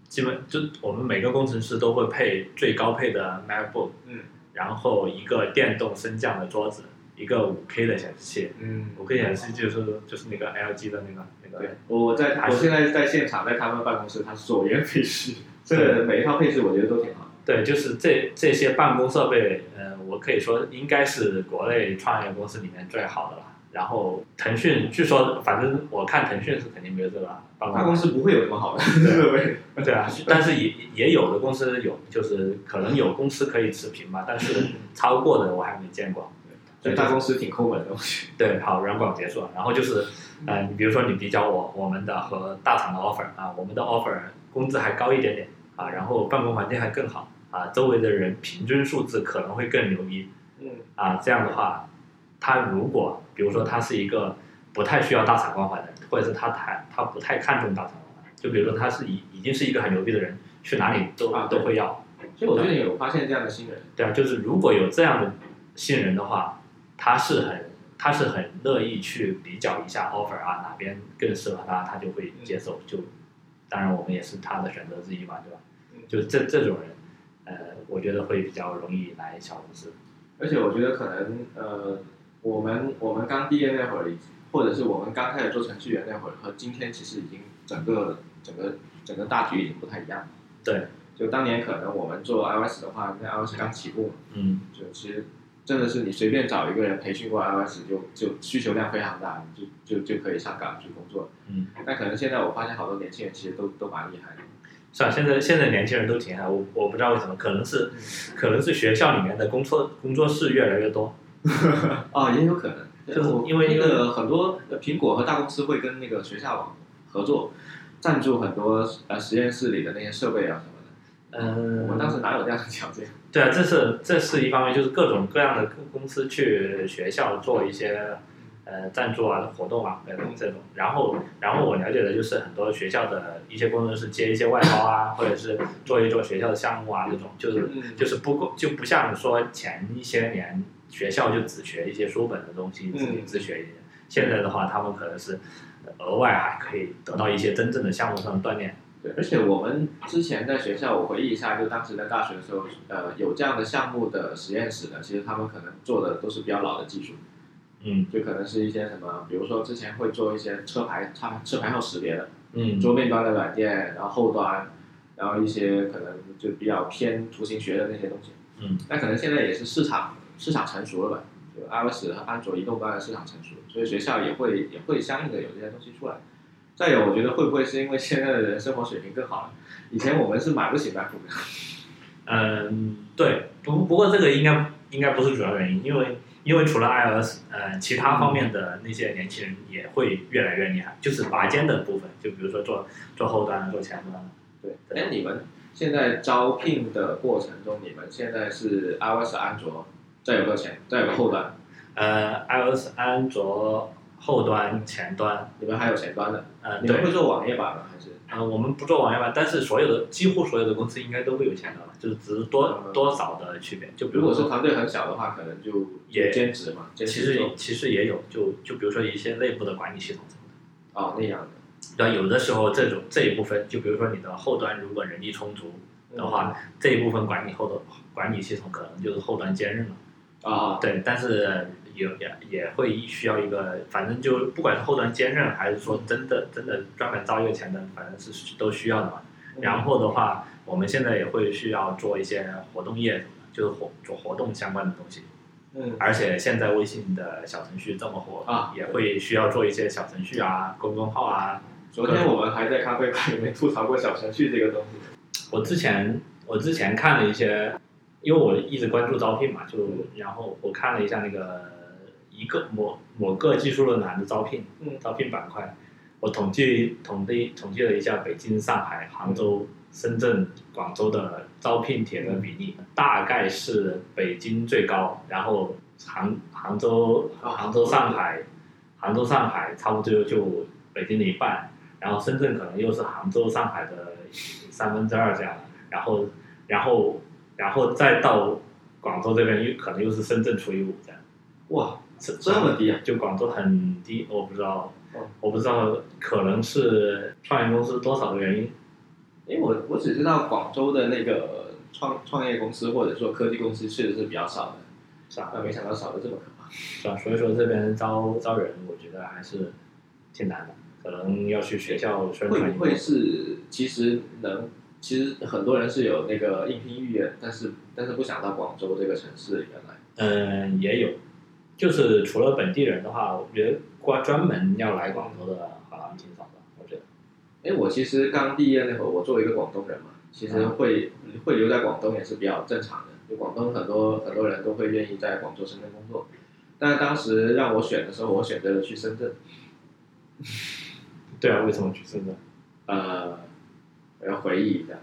Speaker 2: 基本就我们每个工程师都会配最高配的 MacBook，
Speaker 1: 嗯
Speaker 2: 然后一个电动升降的桌子，一个五 K 的显示器。
Speaker 1: 嗯
Speaker 2: 五 K 显示器就是就是那个 LG 的那个那个
Speaker 1: 对，我我在
Speaker 2: 还
Speaker 1: 我
Speaker 2: 是
Speaker 1: 现在在现场，在他们办公室，他所言配饰， 这个每一套配饰我觉得都挺好。
Speaker 2: 对，就是这这些办公设备，呃，我可以说应该是国内创业公司里面最好的了。然后腾讯据说，反正我看腾讯是肯定没有这个办
Speaker 1: 大
Speaker 2: 公
Speaker 1: 公
Speaker 2: 室，
Speaker 1: 司不会有什么好的，嗯 对不对？
Speaker 2: 对啊，但是也也有的公司有，就是可能有公司可以持平吧，但是超过的我还没见过。
Speaker 1: 所以大公司挺抠门的，我觉得。
Speaker 2: 对，好，软广结束了。然后就是，呃，你比如说你比较我我们的和大厂的 offer 啊，我们的 offer 工资还高一点点啊，然后办公环境还更好啊，周围的人平均素质可能会更牛逼
Speaker 1: 嗯
Speaker 2: 啊。这样的话，他如果比如说他是一个不太需要大厂光环的人，或者是他太他不太看重大厂光环，就比如说他是已已经是一个很牛逼的人，去哪里都、
Speaker 1: 啊对
Speaker 2: 都会要。
Speaker 1: 所以我最近有发现这样的新人，
Speaker 2: 对啊，就是如果有这样的新人的话，他是很他是很乐意去比较一下 offer 啊，哪边更适合他，他就会
Speaker 1: 嗯
Speaker 2: 接受。就当然我们也是他的选择之一嘛，对吧？
Speaker 1: 嗯
Speaker 2: 就这这种人，呃，我觉得会比较容易来小公司。
Speaker 1: 而且我觉得可能呃，我们我们刚毕业那会儿，或者是我们刚开始做程序员那会儿，和今天其实已经整个整个整个大局已经不太一样了。
Speaker 2: 对，
Speaker 1: 就当年可能我们做 iOS 的话，那 iOS 刚起步嘛，
Speaker 2: 嗯，
Speaker 1: 就其实真的是你随便找一个人培训过 iOS，就就需求量非常大，就就就可以上岗去工作。
Speaker 2: 嗯，
Speaker 1: 但可能现在我发现好多年轻人其实都都蛮厉害的。
Speaker 2: 是啊，现在现在年轻人都挺好，我我不知道为什么，可能是
Speaker 1: 嗯
Speaker 2: 可能是学校里面的工作工作室越来越多，
Speaker 1: 哦，也有可能。
Speaker 2: 就是
Speaker 1: 我
Speaker 2: 因为
Speaker 1: 那个很多呃苹果和大公司会跟那个学校合作，赞助很多呃实验室里的那些设备啊什么的。
Speaker 2: 嗯，
Speaker 1: 我们当时哪有这样的条件？
Speaker 2: 对啊，这是这是一方面，就是各种各样的公司去学校做一些呃赞助啊、活动啊，这种这种。然后，然后我了解的就是很多学校的一些工程师接一些外包啊，或者是做一做学校的项目啊，这种就是
Speaker 1: 嗯
Speaker 2: 就是不够就不像说前一些年学校就只学一些书本的东西，自己
Speaker 1: 嗯
Speaker 2: 自学一些。现在的话，他们可能是额外还可以得到一些真正的项目上的锻炼。
Speaker 1: 对，而且我们之前在学校，我回忆一下，就当时在大学的时候，呃，有这样的项目的实验室呢，其实他们可能做的都是比较老的技术，
Speaker 2: 嗯
Speaker 1: 就可能是一些什么，比如说之前会做一些车牌、车牌车牌号识别的，
Speaker 2: 嗯
Speaker 1: 桌面端的软件，然后后端，然后一些可能就比较偏图形学的那些东西。
Speaker 2: 嗯，
Speaker 1: 那可能现在也是市场市场成熟了吧？就 iOS 和安卓移动端的市场成熟，所以学校也会也会相应的有这些东西出来。再有，我觉得会不会是因为现在的人生活水平更好了？以前我们是买不起 MacBook 的。
Speaker 2: 嗯，对，不不过这个应该应该不是主要原因，因为因为除了 iOS，呃，其他方面的那些年轻人也会越来越厉害，就是拔尖的部分，就比如说做做后端、啊做前端，
Speaker 1: 对，
Speaker 2: 对
Speaker 1: 哎，你们现在招聘的过程中，你们现在是 iOS、安卓，再有个前，再有个后端，
Speaker 2: 呃，iOS、安卓后端、前端，
Speaker 1: 你们还有前端的，
Speaker 2: 呃，
Speaker 1: 你们会
Speaker 2: 对，
Speaker 1: 做网页版吗？还是？
Speaker 2: 呃，我们不做网页版，但是所有的几乎所有的公司应该都会有前端吧，就是只是多
Speaker 1: 嗯
Speaker 2: 多少的区别，就比
Speaker 1: 如
Speaker 2: 如
Speaker 1: 果是
Speaker 2: 说。
Speaker 1: 团队很小的话，可能就
Speaker 2: 也
Speaker 1: 兼职嘛，兼
Speaker 2: 其
Speaker 1: 职
Speaker 2: 实
Speaker 1: 做
Speaker 2: 其实也有，就就比如说一些内部的管理系统什么的，
Speaker 1: 哦那样的
Speaker 2: 对，有的时候这种这一部分，就比如说你的后端如果人力充足的话，这一部分管理后的管理系统可能就是后端兼任了。
Speaker 1: 啊，
Speaker 2: 对，但是也也也会需要一个，反正就不管是后端兼任还是说真的真的专门招一个前端，反正是都需要的嘛。
Speaker 1: 嗯
Speaker 2: 然后的话，我们现在也会需要做一些活动业什么的，就是活做活动相关的东西。
Speaker 1: 嗯
Speaker 2: 而且现在微信的小程序这么火
Speaker 1: 啊
Speaker 2: 也会需要做一些小程序啊、公众号啊
Speaker 1: 昨天我们还在咖啡馆里面吐槽过小程序这个东西，
Speaker 2: 我之前我之前看了一些，因为我一直关注招聘嘛，就然后我看了一下那个一个某某个技术论坛的招聘，
Speaker 1: 嗯
Speaker 2: 招聘板块，我统计统计统计了一下北京、上海、杭州、深圳、广州的招聘帖的比例，大概是北京最高，然后杭杭州、
Speaker 1: 啊
Speaker 2: 杭州、上海、杭州、上海差不多就北京的一半，然后深圳可能又是杭州、上海的三分之二这样，然后，然后，然后再到广州这边，又可能又是深圳除以五这样，
Speaker 1: 哇，
Speaker 2: 这
Speaker 1: 这么低啊？
Speaker 2: 就广州很低，我不知道
Speaker 1: 哦，
Speaker 2: 我不知道，可能是创业公司多少的原因，
Speaker 1: 因为我我只知道广州的那个创创业公司或者说科技公司确实是比较少的，
Speaker 2: 是吧？
Speaker 1: 但没想到少的这么可怕。
Speaker 2: 是吧？所以说这边招招人，我觉得还是挺难的，可能要去学校宣传
Speaker 1: 会
Speaker 2: 一
Speaker 1: 不
Speaker 2: 波
Speaker 1: 会是其实能？其实很多人是有那个应聘意愿，但是但是不想到广州这个城市里面来。
Speaker 2: 嗯，也有，就是除了本地人的话，我觉得关专门要来广州的好像挺少的，我觉得。
Speaker 1: 哎，我其实刚毕业那会儿，我作为一个广东人嘛，其实会、会留在广东也是比较正常的。就广东很多很多人都会愿意在广州、深圳工作，但当时让我选的时候，我选择了去深圳。
Speaker 2: 对啊，为什么去深圳？
Speaker 1: 呃，我要回忆一下，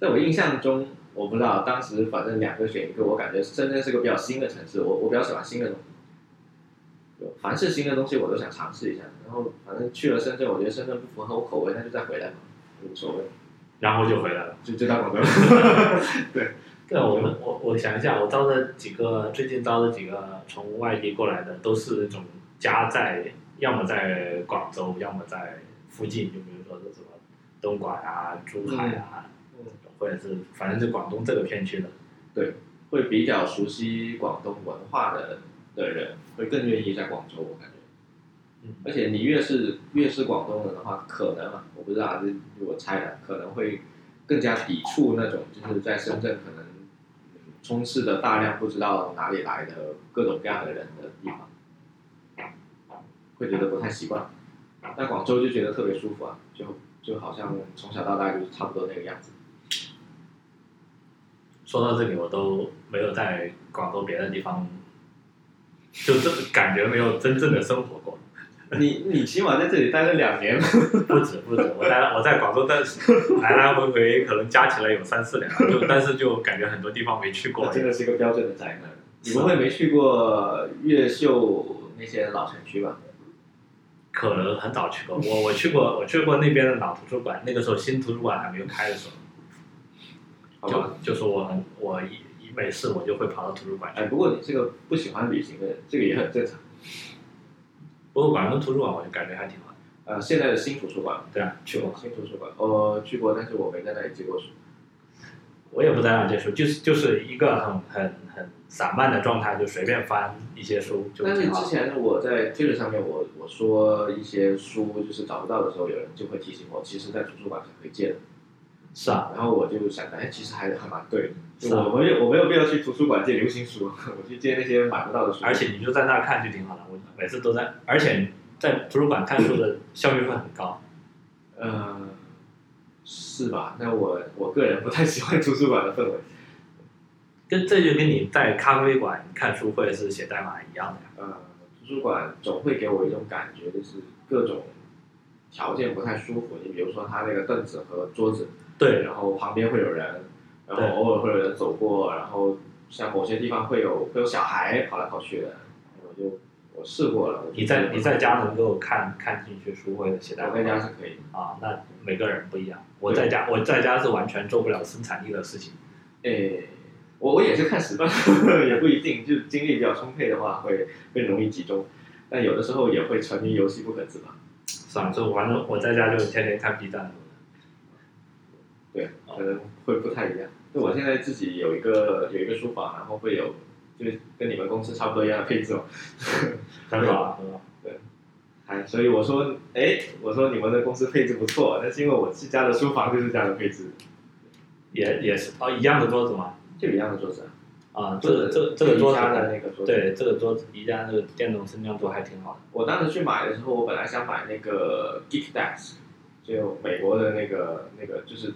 Speaker 1: 在我印象中，我不知道当时反正两个选一个，我感觉深圳是个比较新的城市，我我比较喜欢新的东西，就凡是新的东西我都想尝试一下。然后反正去了深圳，我觉得深圳不符合我口味，那就再回来嘛，无所谓。
Speaker 2: 然后就回来了。
Speaker 1: 就就到广州。
Speaker 2: 对啊，我们我我想一下，我招的几个最近招的几个从外地过来的，都是那种家在要么在广州，要么在附近，就比如说是什么东莞啊、珠海啊，
Speaker 1: 嗯嗯
Speaker 2: 或者是反正是广东这个片区的。
Speaker 1: 对，会比较熟悉广东文化的的人，会更愿意在广州，我感觉。
Speaker 2: 嗯
Speaker 1: 而且你越是越是广东人的话，可能啊，我不知道啊，这是我猜的，可能会更加抵触那种就是在深圳可能嗯充斥着大量不知道哪里来的各种各样的人的地方，会觉得不太习惯。但广州就觉得特别舒服啊，就就好像从小到大就是差不多那个样子。
Speaker 2: 说到这里，我都没有在广州别的地方就这感觉没有真正的生活过，
Speaker 1: 你你起码在这里待了两年，
Speaker 2: 不止不止，我待了我在广州待来来回回可能加起来有三四年了，就但是就感觉很多地方没去过
Speaker 1: 那，真的是一个标准的宅男。你不会没去过越秀那些老城区吧？
Speaker 2: 可能很早去过，我我去过我去过那边的老图书馆，那个时候新图书馆还没有开的时候，
Speaker 1: 好吧。
Speaker 2: 就就是我很我一一没事我就会跑到图书馆去
Speaker 1: 哎，，不过你是个不喜欢旅行的人，这个也很正常。
Speaker 2: 不过广州图书馆我就感觉还挺好，
Speaker 1: 呃，现在的新图书馆，
Speaker 2: 对啊，去过。
Speaker 1: 新图书馆，呃，去过，但是我没在那里借过书。
Speaker 2: 我也不在那借书，就是就是一个很很很散漫的状态，就随便翻一些书就
Speaker 1: 但是
Speaker 2: 挺
Speaker 1: 之
Speaker 2: 好。
Speaker 1: 前我在推特上面我，我说一些书就是找不到的时候，有人就会提醒我，其实在图书馆是可以借的。
Speaker 2: 是啊，
Speaker 1: 然后我就想着，哎，其实还还蛮对的，
Speaker 2: 是
Speaker 1: 就
Speaker 2: 啊
Speaker 1: 我没有我没有必要去图书馆借流行书， 我去借那些买不到的书。
Speaker 2: 而且你就在那儿看就挺好的。我每次都在，而且在图书馆看书的效率会很高。
Speaker 1: 呃，是吧？那我我个人不太喜欢图书馆的氛围。
Speaker 2: 跟这就跟你在咖啡馆看书或者是写代码一样的呀。
Speaker 1: 呃，图书馆总会给我一种感觉，就是各种条件不太舒服。你比如说，它那个凳子和桌子，
Speaker 2: 对，
Speaker 1: 然后旁边会有人，然
Speaker 2: 对
Speaker 1: 后偶尔会有人走过，然后像某些地方会有会有小孩跑来跑去的。我就我试过了，我就
Speaker 2: 你在你在家能够看看进去书或者写代
Speaker 1: 我
Speaker 2: 码
Speaker 1: 在家是可以的。
Speaker 2: 啊，那每个人不一样。我在家我在家是完全做不了生产力的事情。
Speaker 1: 诶，我我也是看时段， 也不一定，就精力比较充沛的话会更容易集中，但有的时候也会沉迷游戏不可自拔。
Speaker 2: 算了，就反正我在家就天天看 B 站。
Speaker 1: 对，可能会不太一样。就我现在自己有一个有一个书房，然后会有就是跟你们公司差不多一样的配置嘛。哦
Speaker 2: 很好啊，很好。
Speaker 1: 哎，所以我说，哎，我说你们的公司配置不错，那是因为我自家的书房就是这样的配置，
Speaker 2: 也也是哦，一样的桌子嘛。
Speaker 1: 就一样的桌子啊，
Speaker 2: 啊，这个这个这个桌
Speaker 1: 宜家的
Speaker 2: 子，
Speaker 1: 那个桌子。
Speaker 2: 对，这个桌子宜家那个电动升降桌还挺好的。
Speaker 1: 我当时去买的时候，我本来想买那个 Geek Desk，就美国的那个那个，就是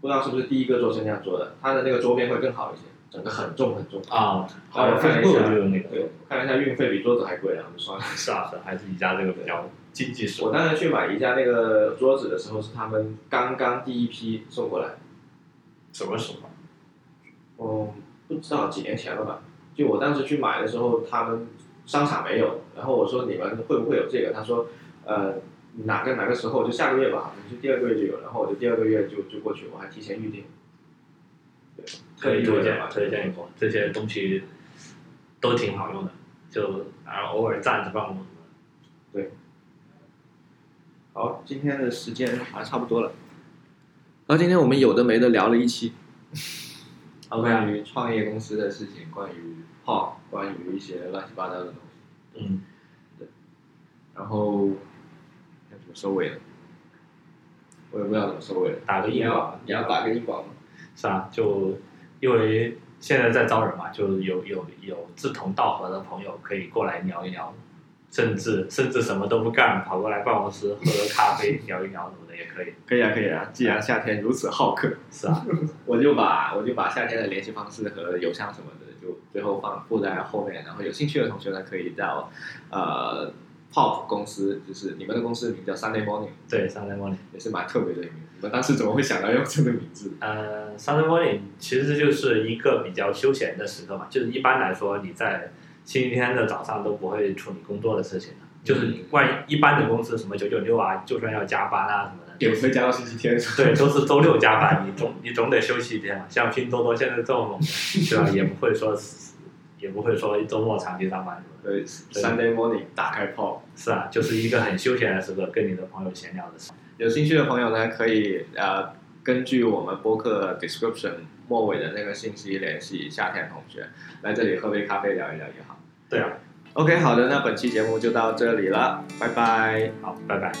Speaker 1: 不知道是不是第一个做升降桌的，它的那个桌面会更好一些，整个很重很重。
Speaker 2: 啊，
Speaker 1: 啊我看了一下
Speaker 2: Facebook 就有那个，
Speaker 1: 对，我看了一下运费比桌子还贵，然后就算了。
Speaker 2: 是啊是啊，还是宜家这个比较经济实
Speaker 1: 我
Speaker 2: 惠。
Speaker 1: 当时去买宜家那个桌子的时候，是他们刚刚第一批送过来，
Speaker 2: 什么什么？
Speaker 1: 嗯，不知道几年前了吧？就我当时去买的时候，他们商场没有，然后我说你们会不会有这个？他说，呃，哪个哪个时候就下个月吧，好像是第二个月就有。然后我就第二个月就就过去，我还提前预定。对，特
Speaker 2: 推
Speaker 1: 意
Speaker 2: 推
Speaker 1: 为
Speaker 2: 荐
Speaker 1: 了买
Speaker 2: 推荐一波，这些东西都挺好用的，就然后偶尔站着办公什么的。
Speaker 1: 好，今天的时间好像差不多了。然后今天我们有的没的聊了一 期，
Speaker 2: OK 啊
Speaker 1: 关，于创业公司的事情，关于号，关于一些乱七八糟的东西。
Speaker 2: 嗯，
Speaker 1: 然后要怎么收尾呢？我也不知道怎么收尾了。
Speaker 2: 打个
Speaker 1: 你
Speaker 2: 疫苗。
Speaker 1: 啊要你要打个硬广吗？
Speaker 2: 是啊，就因为现在在招人嘛，就有有有志同道合的朋友可以过来聊一聊，甚至甚至什么都不干，跑过来办公室喝个咖啡聊一聊什么的也可以。
Speaker 1: 可以啊，可以啊。既然夏天如此好客，
Speaker 2: 是啊，
Speaker 1: 我就把我就把夏天的联系方式和邮箱什么的，就最后放附在后面。然后有兴趣的同学呢，可以到呃 Pop 公司，就是你们的公司名叫 Sunday Morning，
Speaker 2: 对，Sunday Morning，
Speaker 1: 也是蛮特别的名字。你们当时怎么会想到用这个名字？
Speaker 2: 呃，Sunday Morning 其实就是一个比较休闲的时刻嘛，就是一般来说你在星期天的早上都不会处理工作的事情的，就是
Speaker 1: 嗯
Speaker 2: 万一一般的公司什么九九六啊，就算要加班啊什么的，
Speaker 1: 也不会加到星期天。
Speaker 2: 对，都是周六加班，你总你总得休息一天嘛。像拼多多现在这么猛，对吧？也不会说，也不会说周末长期上班什么的。
Speaker 1: 对，Sunday Morning 打开 Pop。
Speaker 2: 是啊，就是一个很休闲的时刻，跟你的朋友闲聊的时候。
Speaker 1: 有兴趣的朋友呢，可以呃根据我们播客 description 末尾的那个信息联系夏天同学，来这里喝杯咖啡聊一聊也好。
Speaker 2: 对啊，
Speaker 1: OK，好的，那本期节目就到这里了，拜拜。
Speaker 2: 好，拜拜。